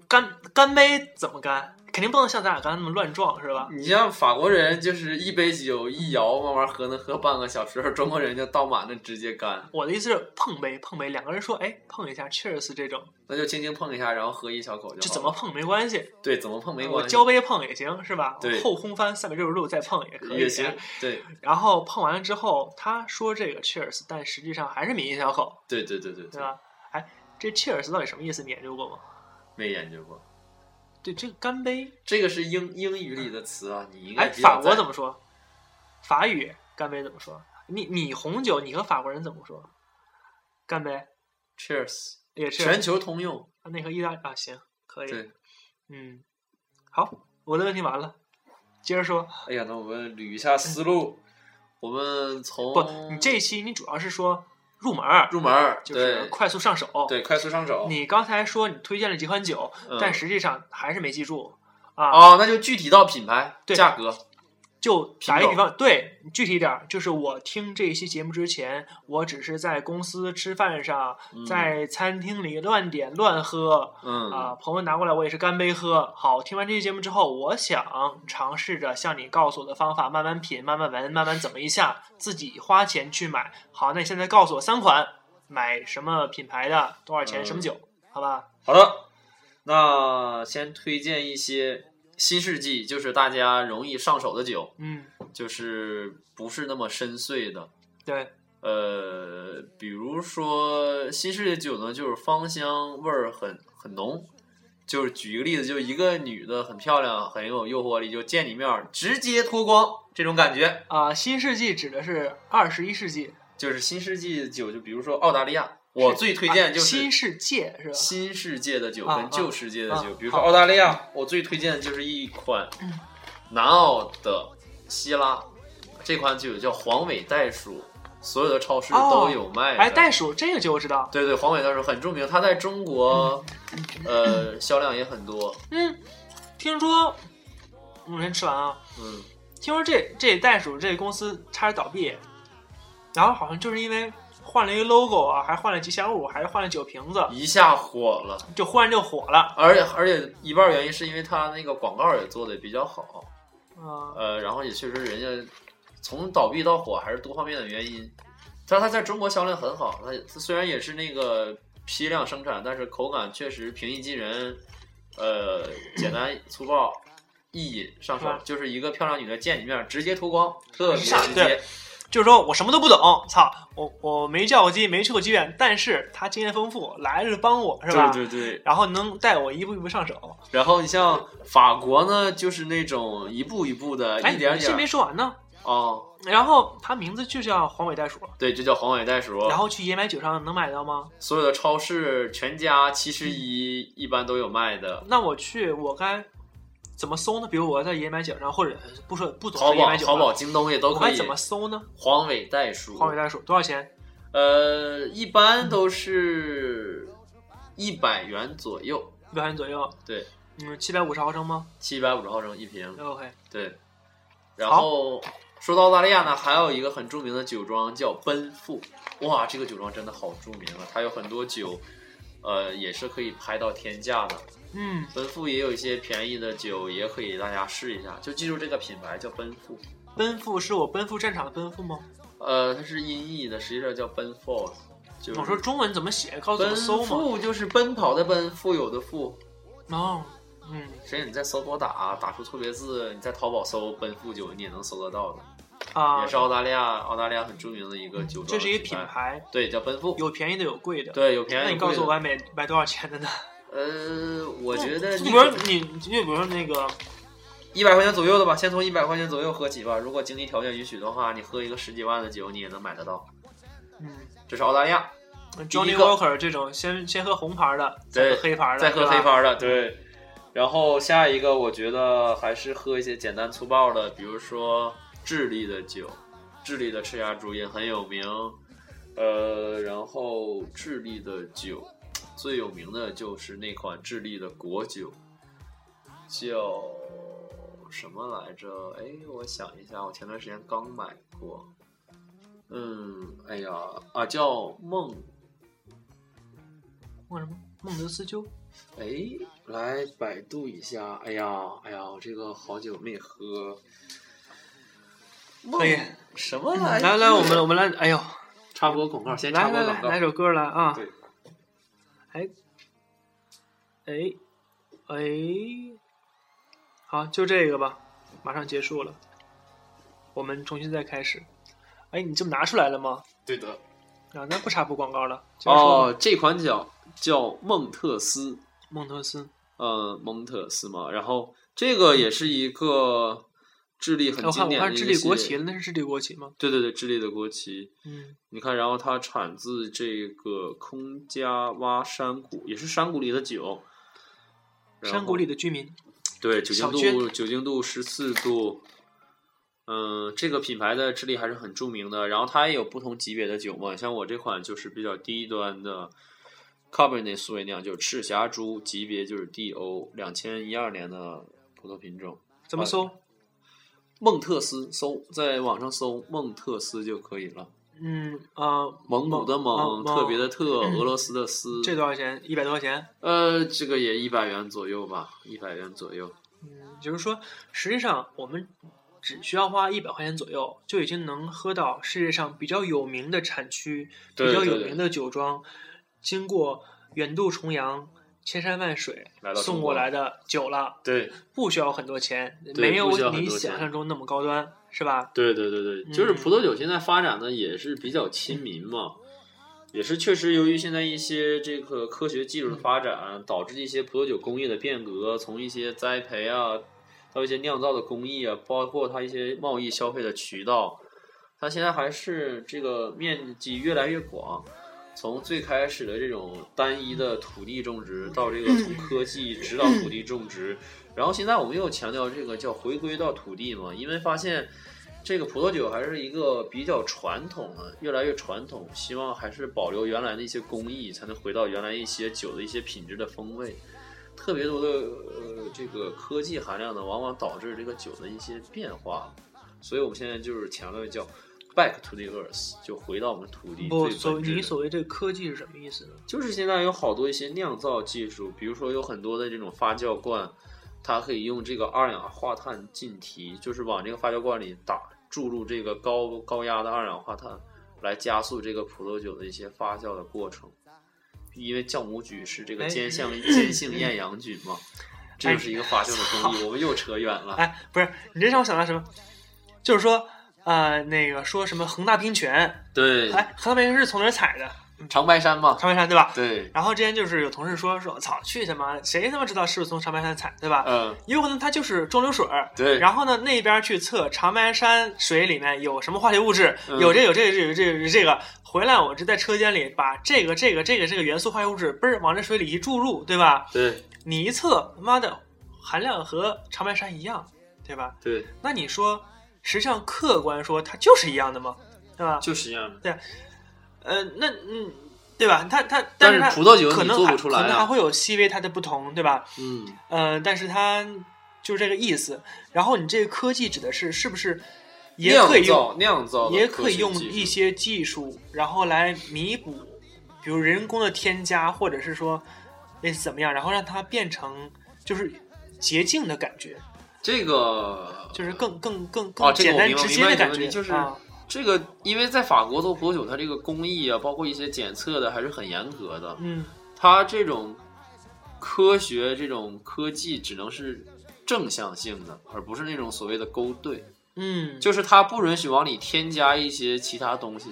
干干杯怎么干？肯定不能像咱俩刚才那么乱撞，是吧？你像法国人就是一杯酒一摇，慢慢喝能喝半个小时，而中国人就倒满了直接干，我的意思是碰杯，碰杯，两个人说，哎，碰一下，cheers 这种，那就轻轻碰一下，然后喝一小口就好了。就怎么碰没关系，对怎么碰没我关系，交杯碰也行，是吧？对后空翻三百六十度再碰也可以。哎也行。对然后碰完了之后，他说这个 cheers，但实际上还是抿一小口，对对对对对吧？哎，这 cheers 到底什么意思？你研究过吗？没研究过。对，这个干杯，这个是英英语里的词啊，你应该哎，比较法国在怎么说？法语干杯怎么说？你你红酒，你和法国人怎么说？干杯 Cheers，也是全球通用。啊那和意大利啊，行，可以，对，嗯，好，我的问题完了，接着说。哎呀，那我们捋一下思路，我们从不，你这一期你主要是说入门儿，入门儿就是对快速上手。对快速上手。你刚才说你推荐了几款酒，嗯但实际上还是没记住啊。哦，那就具体到品牌、对价格。就打一品个种比方，对，具体点儿，就是我听这一期节目之前，我只是在公司吃饭上，在餐厅里乱点乱喝。嗯，啊，朋友拿过来，我也是干杯喝。好，听完这期节目之后，我想尝试着像你告诉我的方法，慢慢品，慢慢闻，慢慢怎么一下，自己花钱去买。好，那你现在告诉我三款，买什么品牌的，多少钱，嗯什么酒，好吧？好的，那先推荐一些新世纪，就是大家容易上手的酒，嗯，就是不是那么深邃的。对，呃，比如说新世界酒呢，就是芳香味儿很很浓。就是举一个例子，就一个女的很漂亮，很有诱惑力，就见你面儿直接脱光这种感觉。啊，新世纪指的是二十一世纪，就是新世纪酒，就比如说澳大利亚，我最推荐就啊是新世界是吧？新世界的酒啊跟啊旧世界的酒，啊比如说好澳大利亚，我最推荐的就是一款南澳的希拉，这款酒叫黄尾袋鼠，所有的超市哦都有卖的。哎，袋鼠这个酒我知道，对对，黄尾袋鼠很著名，它在中国呃销量也很多。嗯，听说我先吃完啊，嗯，听说这这袋鼠这公司差点倒闭，然后好像就是因为换了一个 logo 啊，还换了吉祥物，还换了酒瓶子，一下火了，就忽然就火了。而且而且一半原因是因为它那个广告也做的比较好，嗯、呃，然后也确实人家从倒闭到火还是多方面的原因。但它在中国销量很好，它它虽然也是那个批量生产，但是口感确实平易近人，呃，简单粗暴，意淫上手嗯，就是一个漂亮女的见你面儿直接脱光，特别上直对接。就是说我什么都不懂，操，我我没叫过鸡，没去过妓院，但是他经验丰富，来了就帮我是吧？对对对，然后能带我一步一步上手。然后你像法国呢，就是那种一步一步的，哎，一点你先点没儿说完呢。哦，然后它名字就叫黄尾袋鼠，对，就叫黄尾袋鼠。然后去野买酒上能买到吗？所有的超市、全家、七十一一般都有卖的。那我去，我该怎么搜呢？比如我在野买酒上，或者不说不懂淘得野宝、买酒吧，淘宝、京东也都我可该以怎。么搜呢？黄尾袋鼠，黄尾袋鼠多少钱？呃，一般都是一百元左右，一百元左右。对，嗯，七百五十毫升吗七百五十毫升一瓶。 ？OK，对，然后说到澳大利亚呢，还有一个很著名的酒庄叫奔富，哇，这个酒庄真的好著名啊！它有很多酒，呃，也是可以拍到天价的。嗯，奔富也有一些便宜的酒，也可以大家试一下，就记住这个品牌叫奔富。奔赴是我奔赴战场的奔赴吗？呃，它是音译的，实际上叫奔 f 就是我说中文怎么写？告诉我怎么奔搜吗？富就是奔跑的奔，富有的富。哦，嗯，实际上你在搜狗打打出错别字，你在淘宝搜奔富酒，你也能搜得到的，啊嗯也是，澳大利亚澳大利亚很著名的一个酒庄。这是一个品，牌，对，叫奔富。有便宜的有贵的。对，有便宜。那你告诉我，该买买多少钱的呢？呃，我觉得你比如说你，你就比如说那个一百块钱左右的吧，先从一百块钱左右喝起吧。如果经济条件允许的话，你喝一个十几万的酒，你也能买得到。嗯这是澳大利亚，第 Johnny 一个 Walker 这种，先先喝红牌的，再对喝黑牌的，再喝对吧黑。牌的，对。然后下一个，我觉得还是喝一些简单粗暴的，比如说智利的酒，智利的赤霞珠也很有名。呃，然后智利的酒最有名的就是那款智利的国酒，叫什么来着？哎，我想一下，我前段时间刚买过。嗯，哎呀，啊，叫梦梦什么？孟德斯鸠。哎，来百度一下。哎呀，哎呀，我这个好久没喝。可以梦什么来着？哎来来，我们我们来，哎呦，插播广告，先插来播来广来，告。来首歌来啊！对，哎哎，好，就这个吧，马上结束了，我们重新再开始。哎，你这不拿出来了吗？对的。啊，那不插播广告了。接着说吧哦，这款酒叫孟特斯，孟德斯，呃，蒙特斯嘛。然后这个也是一个智利很哎我看经我典的看一个智利国系旗列了，那是智利国旗吗？对对对，智利的国旗。嗯，你看，然后它产自这个空加洼山谷，也是山谷里的酒。然山后谷里的居民。对，酒精小菌度酒精度十四度，嗯，这个品牌在智利还是很著名的。然后它也有不同级别的酒嘛，像我这款就是比较低端的 Cabernet s a u v i g n o n 就是赤霞珠，级别就是 DO 两千一二年的葡萄品种。怎么搜？孟特斯搜在网上搜孟特斯就可以了，嗯啊，蒙古的蒙，蒙蒙嗯特别的特，俄罗斯的斯。这多少钱？一百多块钱。呃，这个也一百元左右吧，一百元左右。嗯，就是说，实际上我们只需要花一百块钱左右，就已经能喝到世界上比较有名的产区、对比较对有对名的酒庄，经过远渡重洋、千山万水来到中送国过来的酒了，对，不需要很多钱，对没有不需要很你多想钱象中那么高端，是吧？对对对对，就是嗯葡萄酒现在发展的也是比较亲民嘛。也是确实由于现在一些这个科学技术的发展，导致一些葡萄酒工业的变革，从一些栽培啊，到一些酿造的工艺啊，包括它一些贸易消费的渠道，它现在还是这个面积越来越广。从最开始的这种单一的土地种植，到这个从科技指导土地种植，然后现在我们又强调这个叫回归到土地嘛，因为发现这个葡萄酒还是一个比较传统的，越来越传统，希望还是保留原来的一些工艺，才能回到原来一些酒的一些品质的风味。特别多的呃这个科技含量呢，往往导致这个酒的一些变化，所以我们现在就是强调叫 back to the earth，就回到我们土地不，最所本质你的所谓这个科技是什么意思呢？就是现在有好多一些酿造技术，比如说有很多的这种发酵罐，它可以用这个二氧化碳进提，就是往这个发酵罐里打注入这个高高压的二氧化碳，来加速这个葡萄酒的一些发酵的过程。因为酵母菌是这个哎间 相间性厌氧菌嘛，这就是一个发酵的工艺。我们又扯远了。哎，不是，你这让我想到什么？就是说，呃，那个说什么恒大冰泉，对，哎，恒大冰泉是从哪儿采的？长白山嘛，长白山对吧？对，然后之前就是有同事说说，操，去他妈的，谁他妈知道是不是从长白山采，对吧？嗯，也有可能它就是中流水儿。对，然后呢，那边去测长白山水里面有什么化学物质，嗯有这个有这个有这个有这个。回来我就在车间里把这个这个这个这个元素化学物质嘣儿往这水里一注入，对吧？对你一测，妈的，含量和长白山一样，对吧？对，那你说，实际上客观说它就是一样的吗？对吧？就是这样的。呃，那嗯，对吧？它它，但是是它葡萄酒可你能做还不出来可能还啊。会有细微它的不同，对吧？嗯，呃，但是它就是这个意思。然后你这个科技指的是是不是也酿可以用造酿造的也可以科学用技术一些技术，然后来弥补，比如人工的添加，或者是说类似怎么样，然后让它变成就是捷径的感觉，这个就是更更更哦更这个简我单明白直明接的白你的感问觉，题就是啊这个，因为在法国做葡萄酒，它这个工艺啊，包括一些检测的，还是很严格的。嗯，它这种科学、这种科技，只能是正向性的，而不是那种所谓的勾兑。嗯，就是它不允许往里添加一些其他东西。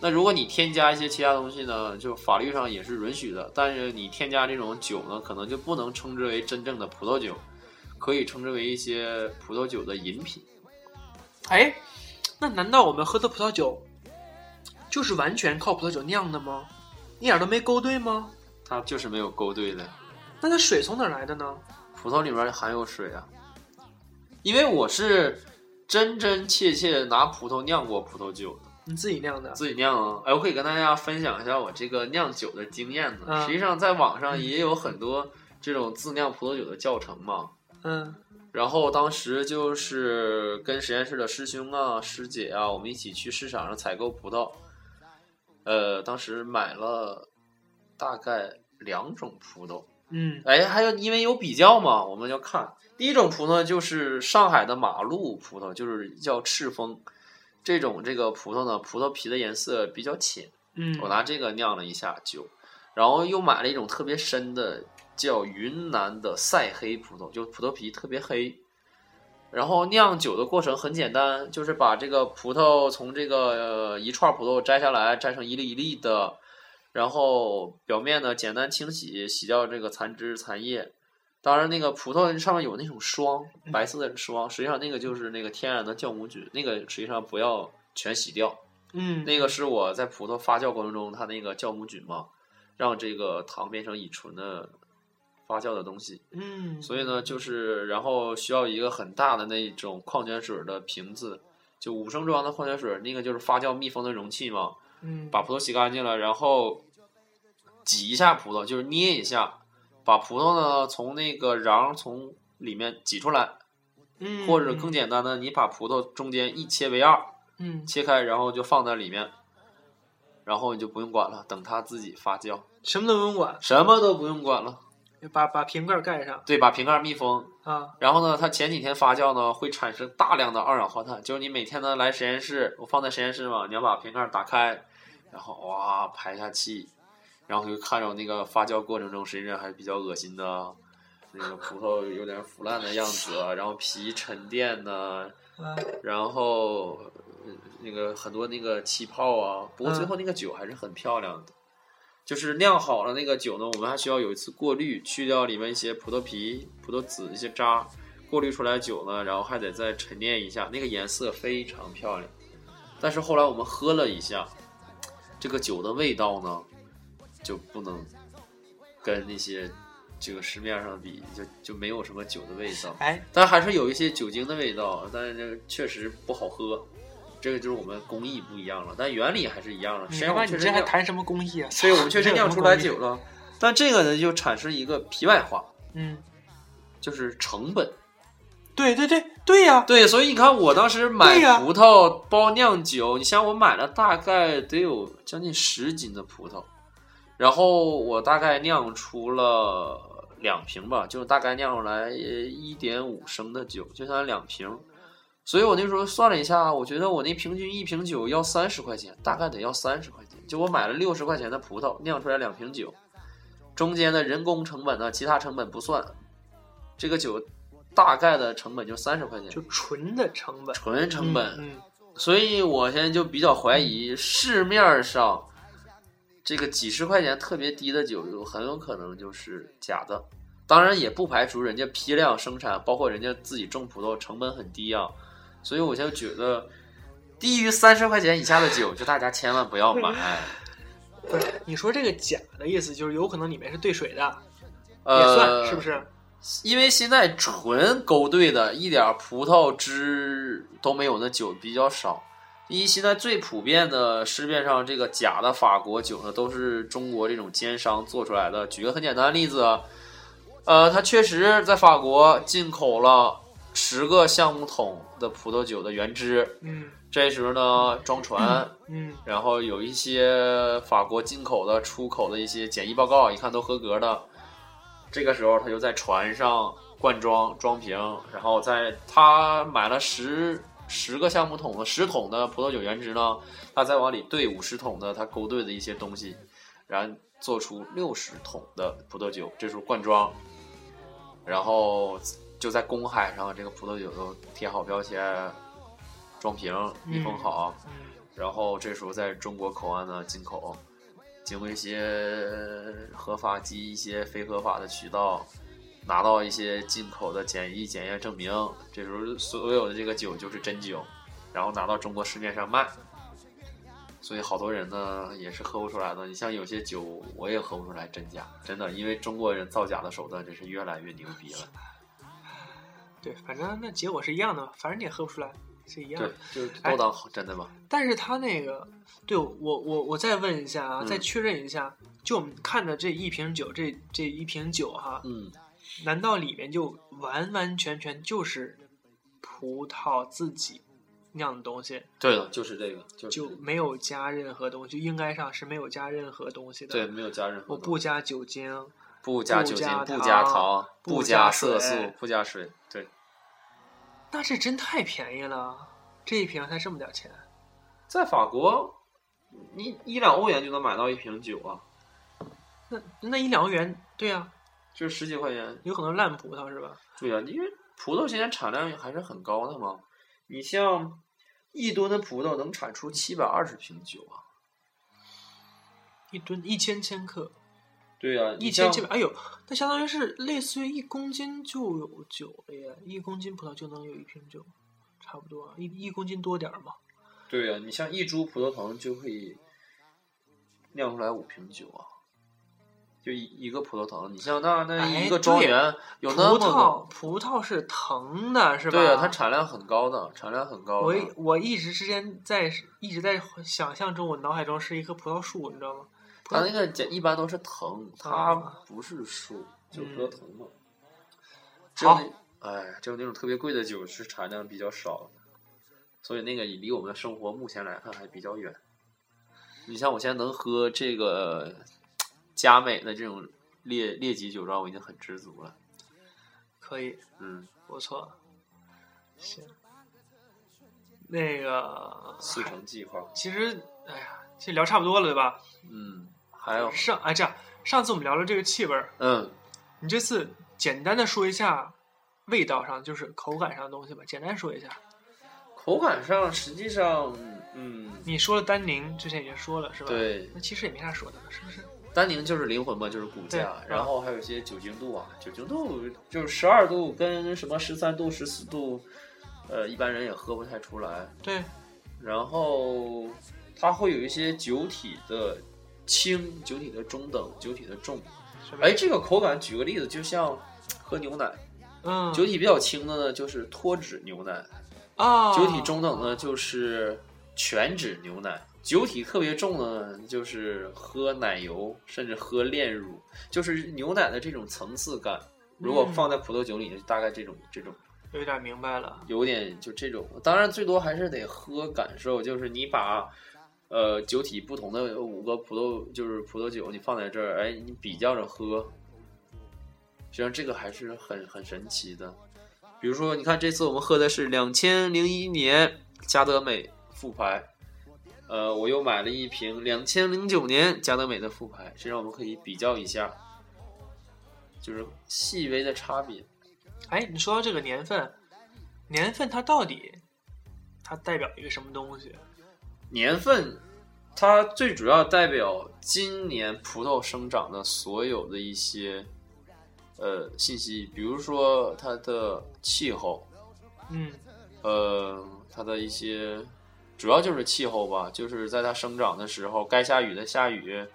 那如果你添加一些其他东西呢，就法律上也是允许的，但是你添加这种酒呢，可能就不能称之为真正的葡萄酒，可以称之为一些葡萄酒的饮品。哎，那难道我们喝的葡萄酒就是完全靠葡萄酒酿的吗？一点儿都没勾兑吗？它就是没有勾兑的。那它水从哪儿来的呢？葡萄里面含有水啊。因为我是真真切切拿葡萄酿过葡萄酒的，你自己酿的？自己酿啊。哎，我可以跟大家分享一下我这个酿酒的经验呢。嗯实际上，在网上也有很多这种自酿葡萄酒的教程嘛。嗯然后当时就是跟实验室的师兄啊、师姐啊，我们一起去市场上采购葡萄。呃，当时买了大概两种葡萄，嗯哎，还有因为有比较嘛，我们要看第一种葡萄就是上海的马路葡萄，就是叫赤峰。这种这个葡萄呢，葡萄皮的颜色比较浅，嗯，我拿这个酿了一下酒，然后又买了一种特别深的，叫云南的晒黑葡萄，就葡萄皮特别黑。然后酿酒的过程很简单，就是把这个葡萄从这个、呃、一串葡萄摘下来，摘成一粒一粒的，然后表面呢简单清洗，洗掉这个残枝残叶。当然，那个葡萄上面有那种霜，白色的霜，实际上那个就是那个天然的酵母菌，那个实际上不要全洗掉，嗯那个是我在葡萄发酵过程中，它那个酵母菌嘛，让这个糖变成乙醇的发酵的东西。嗯，所以呢，就是然后需要一个很大的那种矿泉水的瓶子，就五升装的矿泉水，那个就是发酵密封的容器嘛。嗯把葡萄洗干净了，然后挤一下葡萄，就是捏一下，把葡萄呢从那个瓤从里面挤出来，嗯，或者更简单的，你把葡萄中间一切为二。嗯切开，然后就放在里面，然后你就不用管了，等它自己发酵，什么都不用管，什么都不用管了。把把瓶盖盖上对，把瓶盖密封。啊，然后呢，它前几天发酵呢，会产生大量的二氧化碳。就是你每天呢来实验室，我放在实验室嘛，你要把瓶盖打开，然后哇排一下气，然后就看着那个发酵过程中，实际上还是比较恶心的，那个葡萄有点腐烂的样子啊，然后皮沉淀呢，啊然后呃那个很多那个气泡啊，不过嗯最后那个酒还是很漂亮的。就是酿好了那个酒呢，我们还需要有一次过滤，去掉里面一些葡萄皮、葡萄籽一些渣，过滤出来的酒呢，然后还得再沉淀一下，那个颜色非常漂亮。但是后来我们喝了一下，这个酒的味道呢，就不能跟那些这个市面上比，就就没有什么酒的味道。哎，但还是有一些酒精的味道，但是这个确实不好喝。这个就是我们工艺不一样了，但原理还是一样的。实际你他上我妈嗯们你确实这还酿，谈什么工艺啊？所以我们确实酿出 来这有酒什么了。但这个呢，就产生一个皮外化，工艺。嗯，就是成本。对对对对呀、对，所以你看，我当时买对呀葡萄包酿酒，你像我买了大概得有将近十斤的葡萄，然后我大概酿出了两瓶吧，就大概酿出来一点五升的酒，就算两瓶。所以我那时候算了一下，我觉得我那平均一瓶酒要三十块钱，大概得要三十块钱。就我买了六十块钱的葡萄，酿出来两瓶酒，中间的人工成本呢，其他成本不算，这个酒大概的成本就三十块钱。就纯的成本，纯成本，嗯，所以我现在就比较怀疑市面上这个几十块钱特别低的酒，有很有可能就是假的。当然也不排除人家批量生产，包括人家自己种葡萄成本很低啊。所以我就觉得，低于三十块钱以下的酒，就大家千万不要买。嗯不是，你说这个假的意思就是有可能里面是兑水的，呃，也算是不？是？因为现在纯勾兑的，一点葡萄汁都没有的酒比较少。一现在最普遍的市面上这个假的法国酒呢，都是中国这种奸商做出来的。举个很简单的例子啊，呃，它确实在法国进口了十个橡木桶的葡萄酒的原汁，嗯这时候呢装船，嗯然后有一些法国进口的、出口的一些检疫报告，一看都合格的。这个时候他就在船上灌装装瓶，然后在他买了十十个橡木桶的十桶的葡萄酒原汁呢，他再往里兑五十桶的他勾兑的一些东西，然后做出六十桶的葡萄酒，这时候灌装，然后就在公海上这个葡萄酒都贴好标签，装瓶密封好。嗯，然后这时候在中国口岸呢进口，经过一些合法及一些非合法的渠道，拿到一些进口的检疫检验证明，这时候所有的这个酒就是真酒，然后拿到中国市面上卖。所以好多人呢也是喝不出来的，你像有些酒我也喝不出来真假，真的，因为中国人造假的手段真是越来越牛逼了。对，反正那结果是一样的，反正你也喝不出来，是一样对的。，就哎都当好真的吧。但是他那个，对我我我再问一下啊，嗯再确认一下，就我们看的这一瓶酒，这这一瓶酒哈，嗯，难道里面就完完全全就是葡萄自己酿的东西，对的，就是这个，就是就这个没有加任何东西？就应该上是没有加任何东西的。对，，没有加任何我的不加酒精，不加酒精，不加不加糖糖，不不加加色水素，不加水。对，那这真太便宜了，这一瓶才这么点钱。在法国，你一两欧元就能买到一瓶酒啊，那那一两欧元，对呀、就是十几块钱。有可能烂葡萄是吧？对啊，因为葡萄现在产量还是很高的嘛。你像一吨的葡萄能产出七百二十瓶酒啊。一吨一千千克，对啊，一千千克，哎呦，那相当于是类似于一公斤就有酒了耶，一公斤葡萄就能有一瓶酒，差不多啊一一公斤多点儿嘛。对啊，你像一株葡萄藤就可以酿出来五瓶酒啊。就一一个葡萄藤，你像那那哎一个庄对园有那葡么多，萄葡萄是藤的，是吧？对啊，它产量很高的，产量很高的。我一我一直之间在一直在想象中，我脑海中是一棵葡萄树，你知道吗？葡它萄那个碱一般都是藤，它不是树，就是葡萄藤嘛。只有那，哎，只有那种特别贵的酒是产量比较少的，所以那个离我们的生活目前来看还比较远。你像我现在能喝这个佳美的这种劣劣级酒庄，我已经很知足了。可以，嗯，不错，行。那个，速成计划。其实，哎呀，其实聊差不多了，对吧？嗯，还有，上哎，这样，上次我们聊了这个气味儿，嗯，你这次简单的说一下味道上，就是口感上的东西吧，简单说一下。口感上实际上，嗯，你说了丹宁，之前已经说了是吧？对，那其实也没啥说的了，是不是？丹宁就是灵魂嘛，就是骨对架，然嗯后还有一些酒精度啊，酒精度就是十二度跟什么十三度、十四度，呃，一般人也喝不太出来。对，然后它会有一些酒体的轻、酒体的中等、酒体的重。什么哎，，这个口感，举个例子，就像喝牛奶，嗯，酒体比较轻的呢就是脱脂牛奶，啊，酒体中等呢就是全脂牛奶，酒体特别重的呢就是喝奶油，甚至喝炼乳，就是牛奶的这种层次感。如果嗯放在葡萄酒里，就大概这种这种有点明白了，有点就这种，当然最多还是得喝感受，就是你把呃酒体不同的五个葡萄就是葡萄酒，你放在这儿，哎，你比较着喝，实际上这个还是很很神奇的。比如说，你看这次我们喝的是两千零一年加德美复牌，呃，我又买了一瓶两千零九年加德美的复牌，实际上我们可以比较一下，就是细微的差别。哎，你说到这个年份，年份它到底它代表一个什么东西？年份，它最主要代表今年葡萄生长的所有的一些呃信息，比如说它的气候，嗯，呃，它的一些主要就是气候吧，就是在它生长的时候，该下雨的下雨，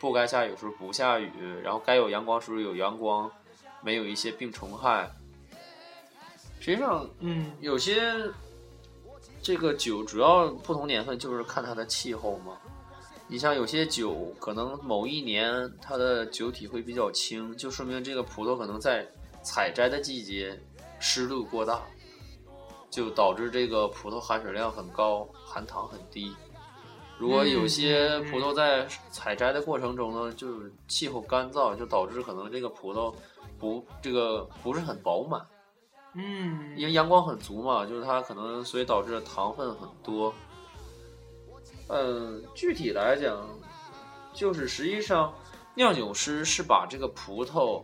不该下雨的时候不下雨，然后该有阳光的时候有阳光，没有一些病虫害。实际上，嗯，有些这个酒主要不同年份就是看它的气候嘛。你像有些酒，可能某一年它的酒体会比较轻，就说明这个葡萄可能在采摘的季节湿度过大，就导致这个葡萄含水量很高，含糖很低。如果有些嗯嗯嗯葡萄在采摘的过程中呢，就是气候干燥，就导致可能这个葡萄不这个不是很饱满。嗯，因为阳光很足嘛，就是它可能所以导致糖分很多。嗯，具体来讲，就是实际上酿酒师是把这个葡萄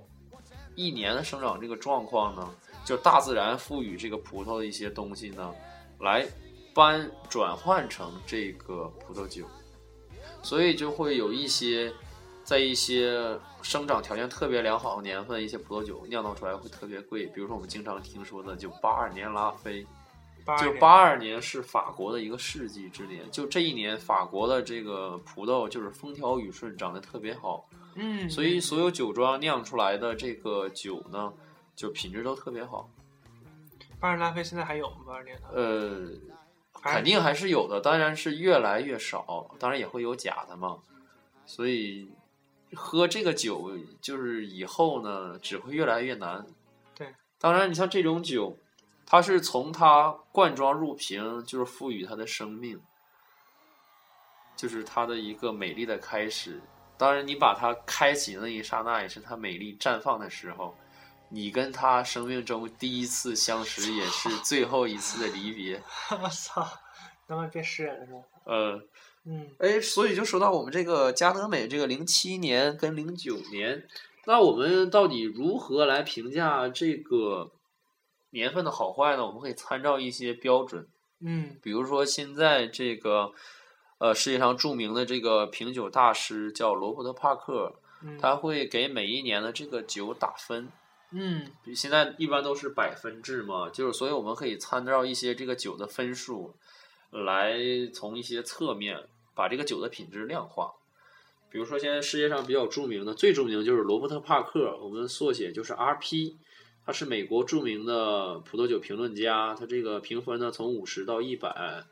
一年的生长这个状况呢，就大自然赋予这个葡萄的一些东西呢，来搬转换成这个葡萄酒，所以就会有一些在一些生长条件特别良好的年份，一些葡萄酒酿造出来会特别贵。比如说我们经常听说的，就八二年拉菲，八就八二年是法国的一个世纪之年，就这一年法国的这个葡萄就是风调雨顺，长得特别好，嗯，所以所有酒庄酿出来的这个酒呢，就品质都特别好。巴尔拉菲现在还有吗？巴尔年的呃，哎肯定还是有的，当然是越来越少，当然也会有假的嘛。所以喝这个酒，就是以后呢，只会越来越难。对，当然你像这种酒，它是从它灌装入瓶，就是赋予它的生命，就是它的一个美丽的开始。当然，你把它开启的那一刹那，也是它美丽绽放的时候。你跟它生命中第一次相识，也是最后一次的离别。 我操，能不能别诗人了是吧？呃，嗯，哎，所以就说到我们这个加德美这个零七年跟零九年，那我们到底如何来评价这个年份的好坏呢？我们可以参照一些标准，嗯，比如说现在这个呃世界上著名的这个品酒大师叫罗伯特·帕克，嗯，他会给每一年的这个酒打分。嗯，现在一般都是百分制嘛，就是所以我们可以参照一些这个酒的分数，来从一些侧面把这个酒的品质量化。比如说，现在世界上比较著名的，最著名的就是罗伯特·帕克，我们缩写就是 R.P。他是美国著名的葡萄酒评论家，他这个评分呢从五十到一百。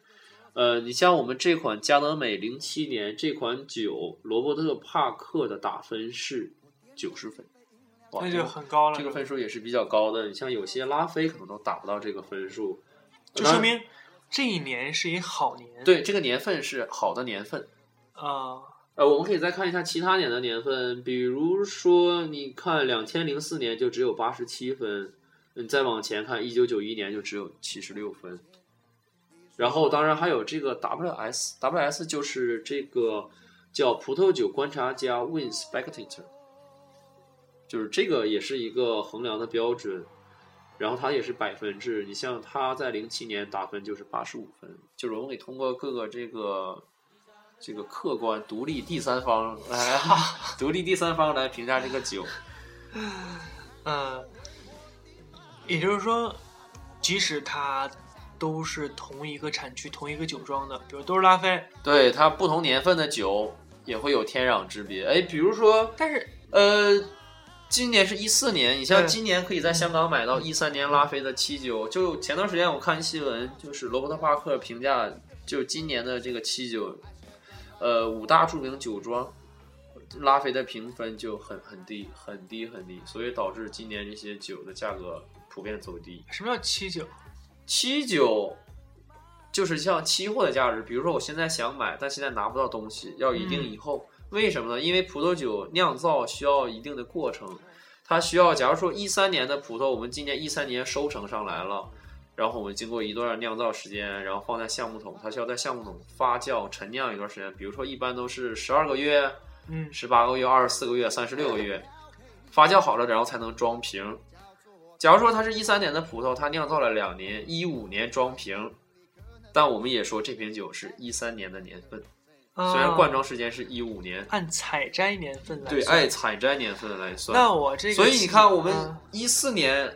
呃，你像我们这款加德美零七年这款酒，罗伯特·帕克的打分是九十分，哇那这就个很高了，这个分数也是比较高的。你像有些拉菲可能都达不到这个分数，就说明这一年是一好年，对这个年份是好的年份。啊，呃，我们可以再看一下其他年的年份，比如说你看两千零四年就只有八十七分，你再往前看一九九一年就只有七十六分。然后当然还有这个 WS，WS 就是这个叫葡萄酒观察家 Win Spectator，就是这个也是一个衡量的标准。然后它也是百分制，你像它在零七年打分就是八十五分，就是我们可以通过各个这个这个客观、独立第三方来独立第三方来评价这个酒。嗯，也就是说，即使它都是同一个产区、同一个酒庄的，比如都是拉菲，对它不同年份的酒也会有天壤之别。哎，比如说，但是呃，今年是一四年，你像对今年可以在香港买到一三年拉菲的七酒。就前段时间我看新闻，就是罗伯特·帕克评价，就今年的这个七酒，呃，五大著名酒庄。拉菲的评分就很很低，很低很低，所以导致今年这些酒的价格普遍走低。什么叫七酒？期酒就是像期货的价值，比如说我现在想买，但现在拿不到东西，要一定嗯以后。为什么呢？因为葡萄酒酿造需要一定的过程，它需要，假如说一三年的葡萄，我们今年一三年收成上来了，然后我们经过一段酿造时间，然后放在橡木桶，它需要在橡木桶发酵陈酿一段时间，比如说一般都是十二个月、嗯，十八个月、二十四个月、三十六个月，发酵好了，然后才能装瓶。假如说它是一三年的葡萄，它酿造了两年，一五年装瓶，但我们也说这瓶酒是一三年的年份，虽然灌啊装时间是一五年，按采摘年份来对，算按采摘年份来算。那我这个，所以你看，我们啊一四年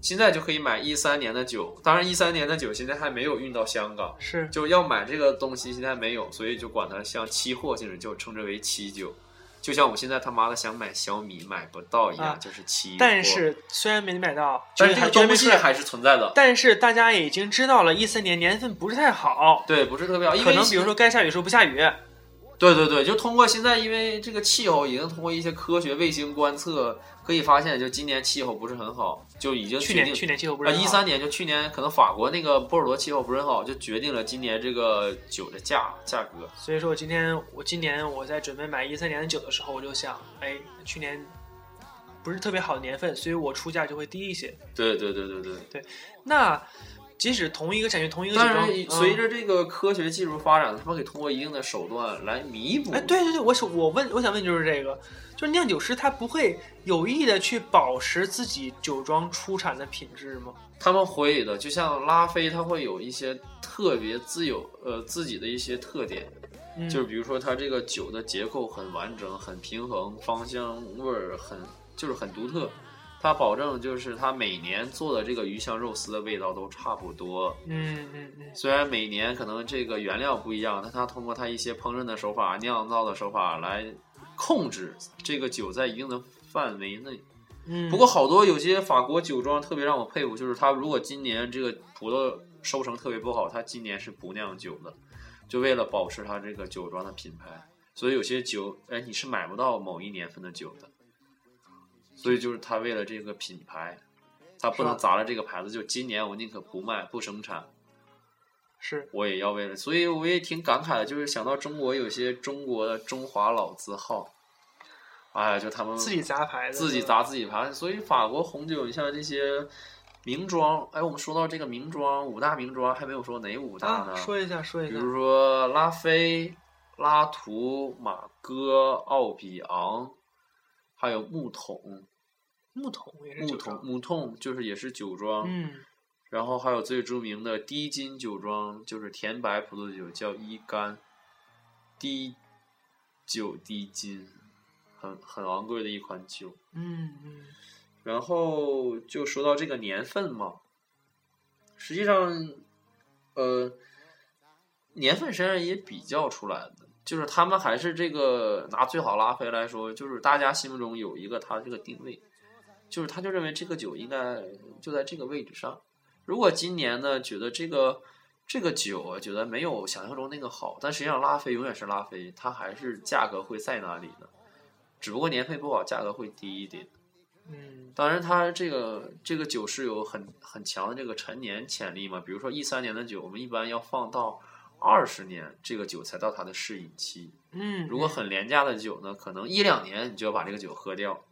现在就可以买一三年的酒，当然一三年的酒现在还没有运到香港，是就要买这个东西，现在没有，所以就管它像期货性质，就称之为期酒。就像我们现在他妈的想买小米买不到一样，啊就是期货。但，是虽然没买到，但是觉得这个觉得没东出西来还是存在的，但是大家也已经知道了，一三年年份不是太好，对，不是特别好。因为可能比如说，该下雨的时候不下雨。对对对，就通过现在，因为这个气候已经通过一些科学卫星观测，可以发现，就今年气候不是很好，就已经去决年定去年气候不是啊，很好一三年就去年，可能法国那个波尔多气候不是很好，就决定了今年这个酒的价价格。所以说我今天我今年我在准备买一三年的酒的时候，我就想，哎，去年不是特别好的年份，所以我出价就会低一些。对对对对对。那即使同一个产区、同一个酒但庄，是嗯随着这个科学技术发展，他们可以通过一定的手段来弥补。哎，对对对，我想我问我想问就是这个，就是酿酒师他不会有意的去保持自己酒庄出产的品质吗？他们会的，就像拉菲，它会有一些特别自有呃自己的一些特点，嗯，就是比如说它这个酒的结构很完整、很平衡，芳香味儿很就是很独特。它保证就是它每年做的这个鱼香肉丝的味道都差不多，嗯嗯嗯虽然每年可能这个原料不一样，但它通过它一些烹饪的手法、酿造的手法来控制这个酒在一定的范围内。嗯。不过好多有些法国酒庄特别让我佩服，就是它如果今年这个葡萄收成特别不好，它今年是不酿酒的，就为了保持它这个酒庄的品牌。所以有些酒，哎，你是买不到某一年份的酒的。所以就是它为了这个品牌，它不能是砸了这个牌子。就今年我宁可不卖、不生产，是我也要为了，所以我也挺感慨的，就是想到中国有些中国的中华老字号，哎呀，就他们自己砸牌子，自己砸自己牌，所以法国红酒，你像这些名庄，哎，我们说到这个名庄，五大名庄还没有说哪五大呢？啊！说一下，说一比下，如说拉菲、拉图、马哥、奥比昂，还有木桶，木桶也是木酒桶庄，木桶就是也是酒庄，嗯，然后还有最著名的低筋酒庄，就是甜白葡萄酒，叫一干，低酒低筋，很很昂贵的一款酒。嗯嗯，然后就说到这个年份嘛，实际上，呃，年份实际上也比较出来的，就是他们还是这个拿最好拉菲来说，就是大家心目中有一个它这个定位，就是他就认为这个酒应该就在这个位置上。如果今年呢，觉得这个这个酒啊觉得没有想象中那个好，但实际上拉菲永远是拉菲，它还是价格会在那里的，只不过年份不好，价格会低一点。嗯当然，它这个这个酒是有很很强的这个陈年潜力嘛。比如说一三年的酒，我们一般要放到二十年，这个酒才到它的适饮期。嗯，如果很廉价的酒呢，可能一两年你就要把这个酒喝掉。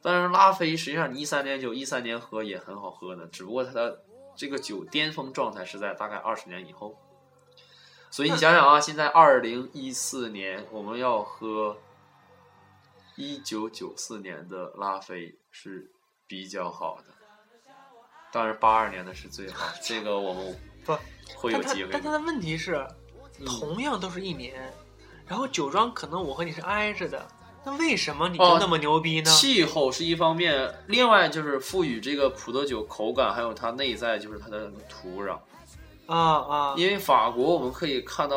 但是拉菲实际上你一三年酒一三年喝也很好喝的，只不过它的这个酒巅峰状态是在大概二十年以后。所以你想想啊，现在二零一四年我们要喝一九九四年的拉菲是比较好的，当然八二年的是最好，这个我们不会有但他机会但他的。的问题是，嗯同样都是一年，然后酒庄可能我和你是挨着的，那为什么你哦就那么牛逼呢？气气候是一方面，另外就是赋予这个葡萄酒口感，还有它内在就是它的土壤。啊啊！因为法国我们可以看到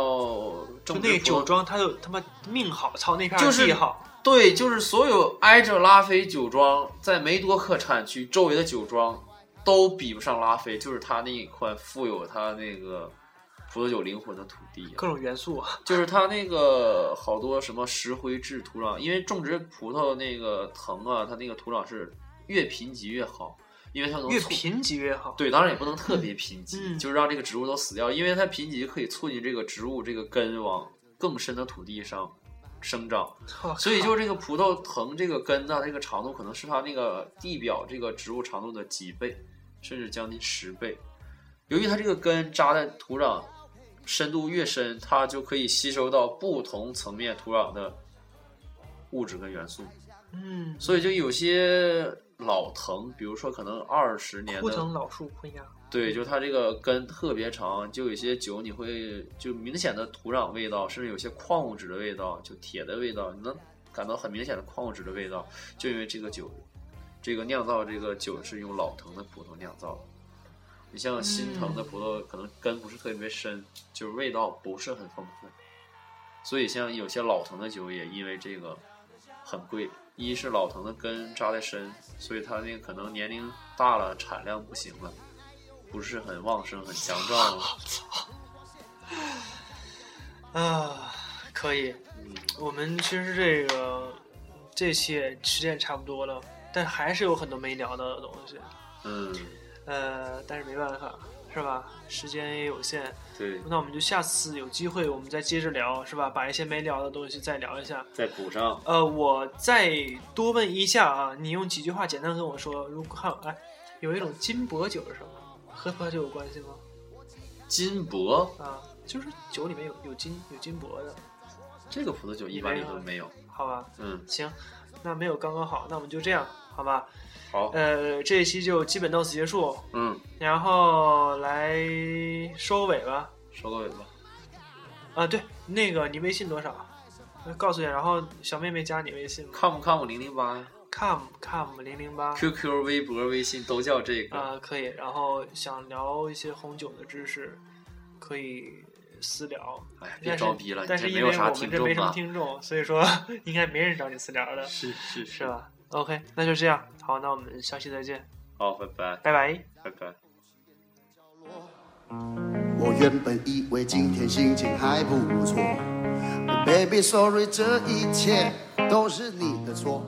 就种植那葡萄酒庄，他就他妈命好，操那片儿就是地好，对，就是所有挨着拉菲酒庄，在梅多克产区周围的酒庄都比不上拉菲，就是它那一块富有它那个葡萄酒灵魂的土地啊、各种元素啊，就是它那个好多什么石灰质土壤，因为种植葡萄那个藤啊，它那个土壤是越贫瘠越好，因为它能越促贫瘠越好。对，当然也不能特别贫瘠，嗯就是让这个植物都死掉，因为它贫瘠可以促进这个植物这个根往更深的土地上生长，操所以就是这个葡萄藤这个根呢，这个长度可能是它那个地表这个植物长度的几倍，甚至将近十倍。由于它这个根扎在土壤深度越深，它就可以吸收到不同层面土壤的物质跟元素，嗯，所以就有些老藤，比如说可能二十年枯的藤老树昏鸦，对，就它这个根特别长，就有些酒你会就明显的土壤味道，甚至有些矿物质的味道，就铁的味道，你能感到很明显的矿物质的味道，就因为这个酒，这个酿造这个酒是用老藤的葡萄酿造的。你像新藤的葡萄，可能根不是特别深，就是味道不是很丰富，所以像有些老藤的酒也因为这个很贵。一是老藤的根扎得深，所以它那可能年龄大了，产量不行了。不是很旺盛、很强壮。啊，可以。嗯，我们其实这个这期也时间也差不多了，但还是有很多没聊到的东西。嗯，呃，但是没办法，是吧？时间也有限，对，那我们就下次有机会我们再接着聊，是吧？把一些没聊的东西再聊一下。再补上。呃，我再多问一下啊，你用几句话简单跟我说，如果看哎，有一种金箔酒是什么？和葡萄酒有关系吗？金箔啊，就是酒里面有有金有金箔的，这个葡萄酒一般里头没有。好吧？嗯，行，那没有刚刚好，那我们就这样，好吧？好，呃，这一期就基本到此结束，嗯，然后来收尾吧。收个尾吧。啊，对，那个你微信多少？呃告诉你，然后小妹妹加你微信吗 com com 零零八？com com 零零八，QQ、微博、微信都叫这个。啊，可以。然后想聊一些红酒的知识，可以私聊。哎，别但是装逼了，你但这是没因有为我啥们听这没众什么吧？听众，所以说应该没人找你私聊的，是是是，吧？OK，那就这样。好，那我们下期再见，好，拜拜，拜拜。拜拜。我原本以为今天心情还不错，Baby，sorry，这一切都是你的错。